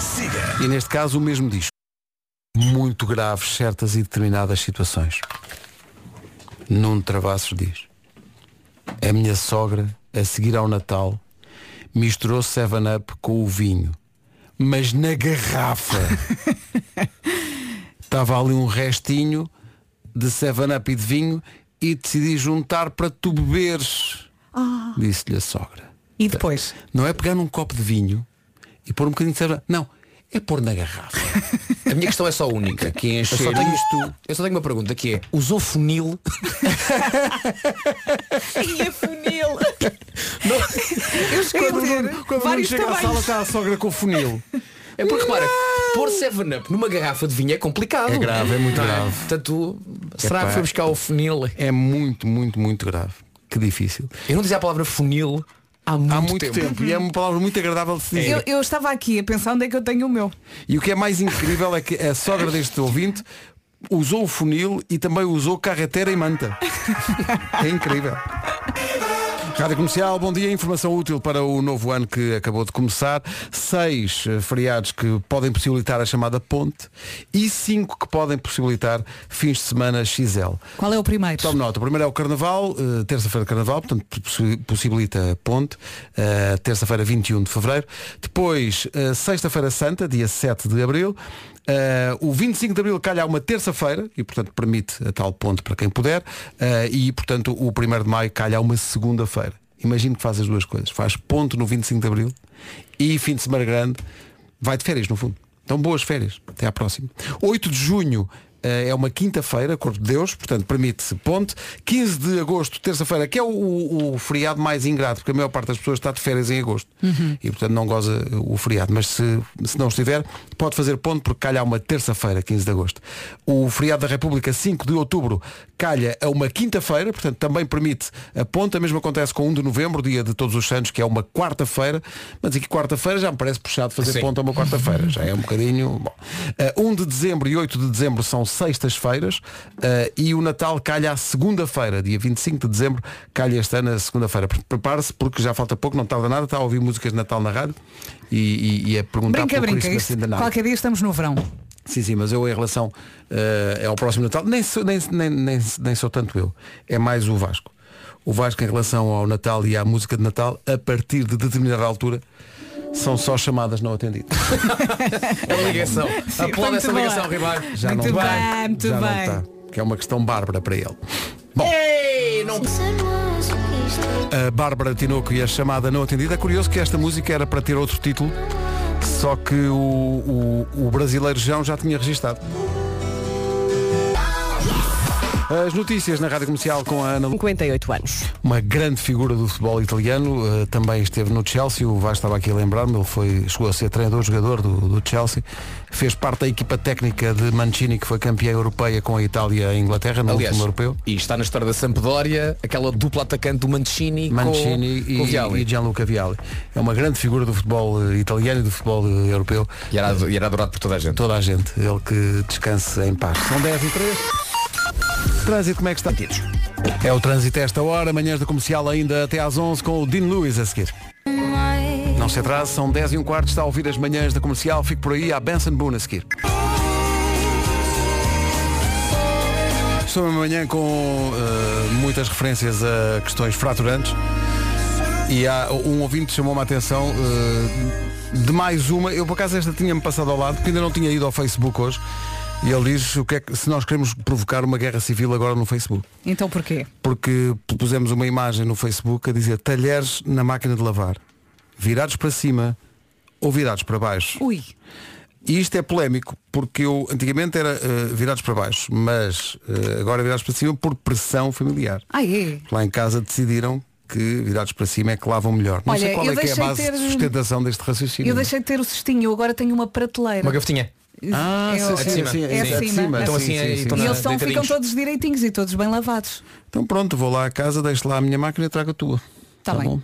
Speaker 13: Siga.
Speaker 1: E neste caso o mesmo disco. Muito graves certas e determinadas situações. Nuno Travassos diz. A minha sogra, a seguir ao Natal, misturou 7-Up com o vinho. Mas na garrafa. Estava ali um restinho de 7-Up e de vinho e decidi juntar para tu beberes.
Speaker 4: Ah.
Speaker 1: Disse-lhe a sogra.
Speaker 4: E depois?
Speaker 1: Não é pegar num copo de vinho e pôr um bocadinho de cerveja. Não. É pôr na garrafa.
Speaker 8: A minha questão é só única.
Speaker 1: Que
Speaker 8: eu, só
Speaker 1: encher
Speaker 8: tenho isto, eu só tenho uma pergunta que é, usou funil?
Speaker 4: E a funil. Eu cheguei
Speaker 1: Quando o
Speaker 4: a
Speaker 1: Nuno, quando
Speaker 4: ter
Speaker 1: o Nuno
Speaker 4: vários
Speaker 1: chega à sala tá-
Speaker 4: tamanhos.
Speaker 1: está a sogra com o funil.
Speaker 8: É porque repara, pôr 7-up numa garrafa de vinho é complicado.
Speaker 1: É grave, é muito
Speaker 8: Não
Speaker 1: grave.
Speaker 8: Portanto, será
Speaker 1: Epá.
Speaker 8: que foi buscar o funil?
Speaker 1: É muito, muito, muito grave. Que difícil.
Speaker 8: Eu não dizia a palavra funil há muito,
Speaker 1: tempo. E é uma palavra muito agradável de se dizer.
Speaker 4: Eu, eu estava aqui a pensar onde é que eu tenho o meu.
Speaker 1: E o que é mais incrível é que a sogra deste ouvinte usou o funil e também usou carretera e manta. É incrível. Rádio Comercial, bom dia. Informação útil para o novo ano que acabou de começar. Seis eh, feriados que podem possibilitar a chamada ponte e cinco que podem possibilitar fins de semana XL.
Speaker 4: Qual é o primeiro?
Speaker 1: Tome nota. O primeiro é o Carnaval, eh, terça-feira de Carnaval, portanto possi- possibilita ponte, eh, terça-feira 21 de Fevereiro. Depois, eh, sexta-feira santa, dia 7 de Abril. Eh, o 25 de Abril calha uma terça-feira e, portanto, permite a tal ponte para quem puder. Eh, e, portanto, o 1 de Maio calha uma segunda-feira. Imagino que faz as duas coisas. Faz ponte no 25 de Abril e fim de semana grande. Vai de férias, no fundo. Então, boas férias. Até à próxima. 8 de junho eh, é uma quinta-feira, Corpo de Deus, portanto, permite-se ponte. 15 de agosto, terça-feira, que é o, o- o feriado mais ingrato, porque a maior parte das pessoas está de férias em agosto.
Speaker 14: Uhum.
Speaker 1: E, portanto, não goza o feriado. Mas se, se não estiver, pode fazer ponte, porque calha a uma terça-feira, 15 de agosto. O feriado da República, 5 de outubro, calha a uma quinta-feira, portanto, também permite a ponte. A mesma acontece com 1 de novembro, dia de Todos os Santos, que é uma quarta-feira. Mas aqui, quarta-feira, já me parece puxado fazer
Speaker 8: Sim.
Speaker 1: ponte a uma quarta-feira. Já é um bocadinho. Bom. Eh, 1 de dezembro e 8 de dezembro são sextas-feiras eh, e o Natal calha à segunda-feira, dia 25 de dezembro, calha este ano a segunda-feira. Pre- Prepare-se porque já falta pouco, não tarda nada, está a ouvir músicas de Natal na rádio e, e, e a perguntar
Speaker 4: Brinca,
Speaker 1: pelo
Speaker 4: brinca.
Speaker 1: Christmas in the
Speaker 4: Isto,
Speaker 1: night.
Speaker 4: qualquer dia estamos no verão.
Speaker 1: Sim, sim, mas eu em relação eh, ao próximo Natal, nem sou, nem, nem, nem, nem sou tanto eu, é mais o Vasco. O Vasco em relação ao Natal e à música de Natal, a partir de determinada altura, são só chamadas não atendidas. É
Speaker 8: A ligação.
Speaker 4: Sim, foi
Speaker 8: Aplauda
Speaker 4: muito
Speaker 8: essa
Speaker 4: boa.
Speaker 8: ligação, Ribeiro.
Speaker 1: Já
Speaker 4: Muito
Speaker 1: não
Speaker 4: bem,
Speaker 1: está.
Speaker 4: muito
Speaker 1: Já
Speaker 4: bem.
Speaker 1: não está. Que é uma questão bárbara para ele.
Speaker 7: Ei, não...
Speaker 1: A Bárbara Tinoco e a chamada não atendida. É curioso que esta música era para ter outro título, só que o, o- o brasileiro João já tinha registado. As notícias na Rádio Comercial com a Ana
Speaker 2: 58 anos.
Speaker 1: Uma grande figura do futebol italiano, eh, também esteve no Chelsea, o Vasco estava aqui a lembrar-me, ele foi, chegou a ser treinador, jogador do, do Chelsea, fez parte da equipa técnica de Mancini, que foi campeã europeia com a Itália e a Inglaterra no
Speaker 8: Aliás,
Speaker 1: último europeu.
Speaker 8: E está na história da Sampdoria, aquela dupla atacante do Mancini, com-
Speaker 1: Mancini
Speaker 8: com,
Speaker 1: e,
Speaker 8: o Vialli.
Speaker 1: e Gianluca Vialli. É uma grande figura do futebol eh, italiano e do futebol eh, europeu.
Speaker 8: E era, e era adorado por toda a gente.
Speaker 1: Toda a gente. Ele que descanse em paz. São 10 e 3. Trânsito, como é que está? É o trânsito a esta hora, manhãs da comercial ainda até às 11 com o Dean Lewis a seguir. Não se atrase, são 10 e um quarto, está a ouvir as manhãs da comercial, fico por aí, à Benson Boone a seguir. Estou amanhã com eh, muitas referências a questões fraturantes e há um ouvinte que chamou-me a atenção eh, de mais uma. Eu por acaso esta tinha-me passado ao lado, porque ainda não tinha ido ao Facebook hoje. E ele diz o que é que, se nós queremos provocar uma guerra civil agora no Facebook.
Speaker 4: Então porquê?
Speaker 1: Porque pusemos uma imagem no Facebook a dizer talheres na máquina de lavar, virados para cima ou virados para baixo.
Speaker 4: Ui.
Speaker 1: E isto é polémico, porque eu antigamente era eh, virados para baixo, mas eh, agora virados para cima por pressão familiar.
Speaker 4: Ah, é?
Speaker 1: Lá em casa decidiram que virados para cima é que lavam melhor. Não
Speaker 4: Olha,
Speaker 1: sei qual
Speaker 4: eu
Speaker 1: é que é a
Speaker 4: deixei
Speaker 1: base
Speaker 4: ter- um-
Speaker 1: de sustentação deste raciocínio.
Speaker 4: Eu deixei de ter o cestinho, eu agora tenho uma prateleira.
Speaker 8: Uma gavetinha.
Speaker 1: Ah,
Speaker 4: É
Speaker 1: sim,
Speaker 4: o-
Speaker 1: sim,
Speaker 8: é de cima.
Speaker 1: sim,
Speaker 4: É
Speaker 1: sim,
Speaker 4: acima.
Speaker 1: de cima.
Speaker 8: Então
Speaker 1: Sim,
Speaker 8: assim é-
Speaker 1: sim, sim.
Speaker 8: então
Speaker 4: E
Speaker 8: não-
Speaker 4: eles são, ficam
Speaker 8: deitadinhos.
Speaker 4: todos direitinhos e todos bem lavados.
Speaker 1: Então pronto, vou lá à casa, deixo lá a minha máquina e trago a tua. Tá
Speaker 4: Está Tá bem.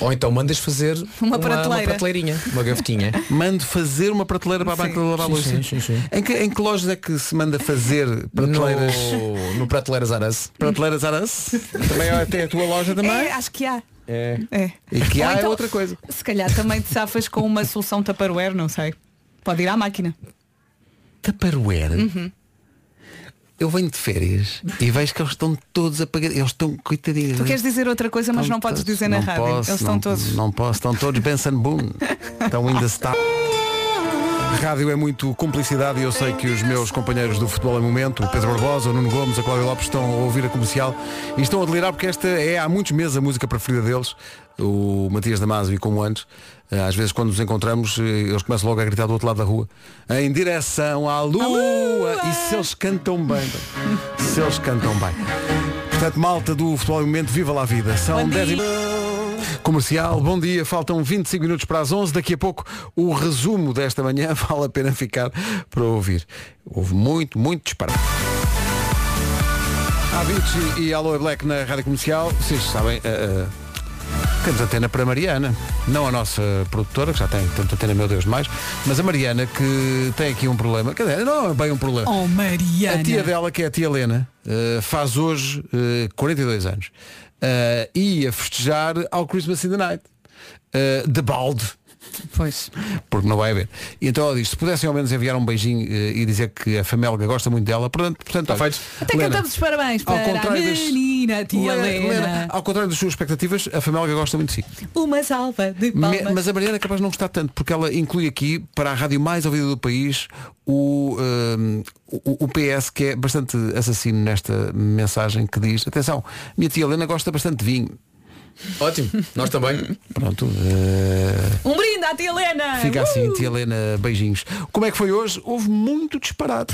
Speaker 8: Ou então mandas fazer
Speaker 4: Uma
Speaker 8: uma,
Speaker 4: prateleira.
Speaker 8: uma prateleirinha, uma gavetinha.
Speaker 1: Mando fazer uma prateleira para a
Speaker 8: Sim.
Speaker 1: máquina de lavar
Speaker 8: Sim,
Speaker 1: louça.
Speaker 8: sim, sim, sim.
Speaker 1: Em, que, em que lojas é que se manda fazer prateleiras?
Speaker 8: No, no prateleiras Aras.
Speaker 1: Prateleiras Aras? também é até a tua loja também?
Speaker 4: É, acho que há.
Speaker 1: É.
Speaker 4: É.
Speaker 1: E que
Speaker 4: Ou
Speaker 1: há é
Speaker 4: então,
Speaker 1: outra coisa.
Speaker 4: Se calhar também te safas com uma solução Tupperware, não sei. Pode ir à máquina.
Speaker 1: Tupperware.
Speaker 4: Uhum.
Speaker 1: Eu venho de férias e vejo que eles estão todos apagados. Eles estão coitadinhos.
Speaker 4: Tu queres dizer outra coisa, mas não podes dizer na
Speaker 1: não
Speaker 4: rádio.
Speaker 1: posso,
Speaker 4: Eles estão
Speaker 1: não,
Speaker 4: todos.
Speaker 1: Não posso, estão todos Benson Boone. Estão ainda está. Então Rádio é muito cumplicidade e eu sei que os meus companheiros do futebol em momento, o Pedro Barbosa, o Nuno Gomes, a Cláudia Lopes, estão a ouvir a comercial e estão a delirar porque esta é há muitos meses a música preferida deles, o Matias Damasio e como antes. eh, Às vezes quando nos encontramos, eh, eles começam logo a gritar do outro lado da rua, em direção à lua! E se eles cantam bem, bem, se eles cantam bem. Portanto, malta do futebol em momento, viva lá a vida. São 10 e... Comercial, bom dia. Faltam 25 minutos para as 11. Daqui a pouco o resumo desta manhã vale a pena ficar para ouvir. Houve muito, muito disparate. Avicii e Aloe Black na Rádio Comercial. Vocês sabem, eh, eh, temos antena para a Mariana. Não a nossa produtora, que já tem tanto antena, meu Deus, mais. Mas a Mariana, que tem aqui um problema. Quer dizer, não é bem um problema.
Speaker 4: Oh, Mariana.
Speaker 1: A tia dela, que é a tia Helena, eh, faz hoje eh, 42 anos. Eh, ia festejar ao Christmas in the Night. Eh, de balde.
Speaker 4: Pois.
Speaker 1: Porque não vai haver. E então ela diz, se pudessem ao menos enviar um beijinho eh, e dizer que a Famelga gosta muito dela, portanto, portanto olha,
Speaker 4: Até
Speaker 1: Helena,
Speaker 4: cantamos os parabéns
Speaker 1: Ao
Speaker 4: para a
Speaker 1: contrário das-
Speaker 4: menina, tia
Speaker 1: Helena,
Speaker 4: Helena.
Speaker 1: Helena, ao contrário das suas expectativas, a Famelga gosta muito de si.
Speaker 4: Uma salva de
Speaker 1: Me-
Speaker 4: palmas.
Speaker 1: mas a Mariana é capaz de não gostar tanto, porque ela inclui aqui, para a rádio mais ouvida do país, o, hum, o, o PS, que é bastante assassino nesta mensagem, que diz, atenção, minha tia Helena gosta bastante de vinho.
Speaker 8: Ótimo, nós também.
Speaker 1: Pronto. eh,
Speaker 4: Um brinde à tia Helena.
Speaker 1: Fica assim,
Speaker 4: Uh!
Speaker 1: tia Helena, beijinhos. Como é que foi hoje? Houve muito disparado.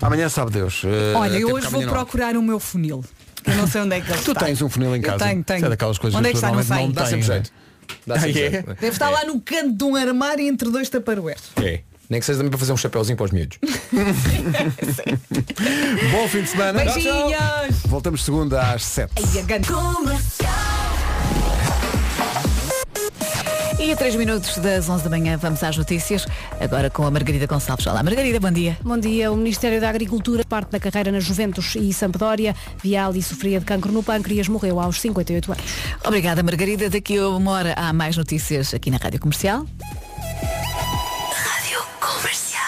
Speaker 1: Amanhã sabe Deus. eh,
Speaker 4: Uh! Olha,
Speaker 1: até porque
Speaker 4: eu hoje vou
Speaker 1: amanhã não há.
Speaker 4: procurar o meu funil. Eu não sei onde é que ele
Speaker 1: Tu
Speaker 4: está.
Speaker 1: tens um funil em
Speaker 4: Eu
Speaker 1: casa.
Speaker 4: tenho,
Speaker 1: Isso
Speaker 4: tenho.
Speaker 1: é daquelas coisas
Speaker 4: Onde é
Speaker 1: que
Speaker 4: que
Speaker 1: as
Speaker 4: está? Não
Speaker 1: pessoas
Speaker 4: sei.
Speaker 1: normalmente não
Speaker 8: Dá sempre
Speaker 1: têm,
Speaker 8: jeito. Dá
Speaker 1: Ah,
Speaker 8: sempre
Speaker 1: é?
Speaker 8: jeito.
Speaker 4: Deve estar lá no canto de um armário entre dois taparueres.
Speaker 8: É. Nem que seja também para fazer um chapéuzinho para os miúdos.
Speaker 1: Bom fim de semana.
Speaker 4: Beijinhos.
Speaker 1: Voltamos segunda às 7.
Speaker 4: Ai, a grande-
Speaker 5: E a 3 minutos das 11 da manhã vamos às notícias, agora com a Margarida Gonçalves. Olá, Margarida, bom dia.
Speaker 14: Bom dia. O Ministério da Agricultura parte da carreira na Juventus e Sampdoria. Viali sofria de cancro no pâncreas, morreu aos 58 anos.
Speaker 5: Obrigada, Margarida. Daqui a uma hora há mais notícias aqui na Rádio Comercial.
Speaker 9: Rádio Comercial.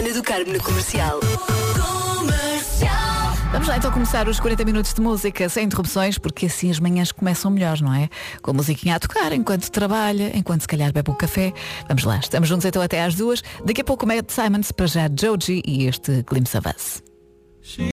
Speaker 9: Ana do Carmo na Comercial. Comercial.
Speaker 5: Vamos lá então começar os 40 minutos de música sem interrupções, porque assim as manhãs começam melhor, não é? Com a musiquinha a tocar, enquanto trabalha, enquanto se calhar bebe um café. Vamos lá, estamos juntos então até às duas. Daqui a pouco o Matt Simons para já Joji e este Glimpse of Us.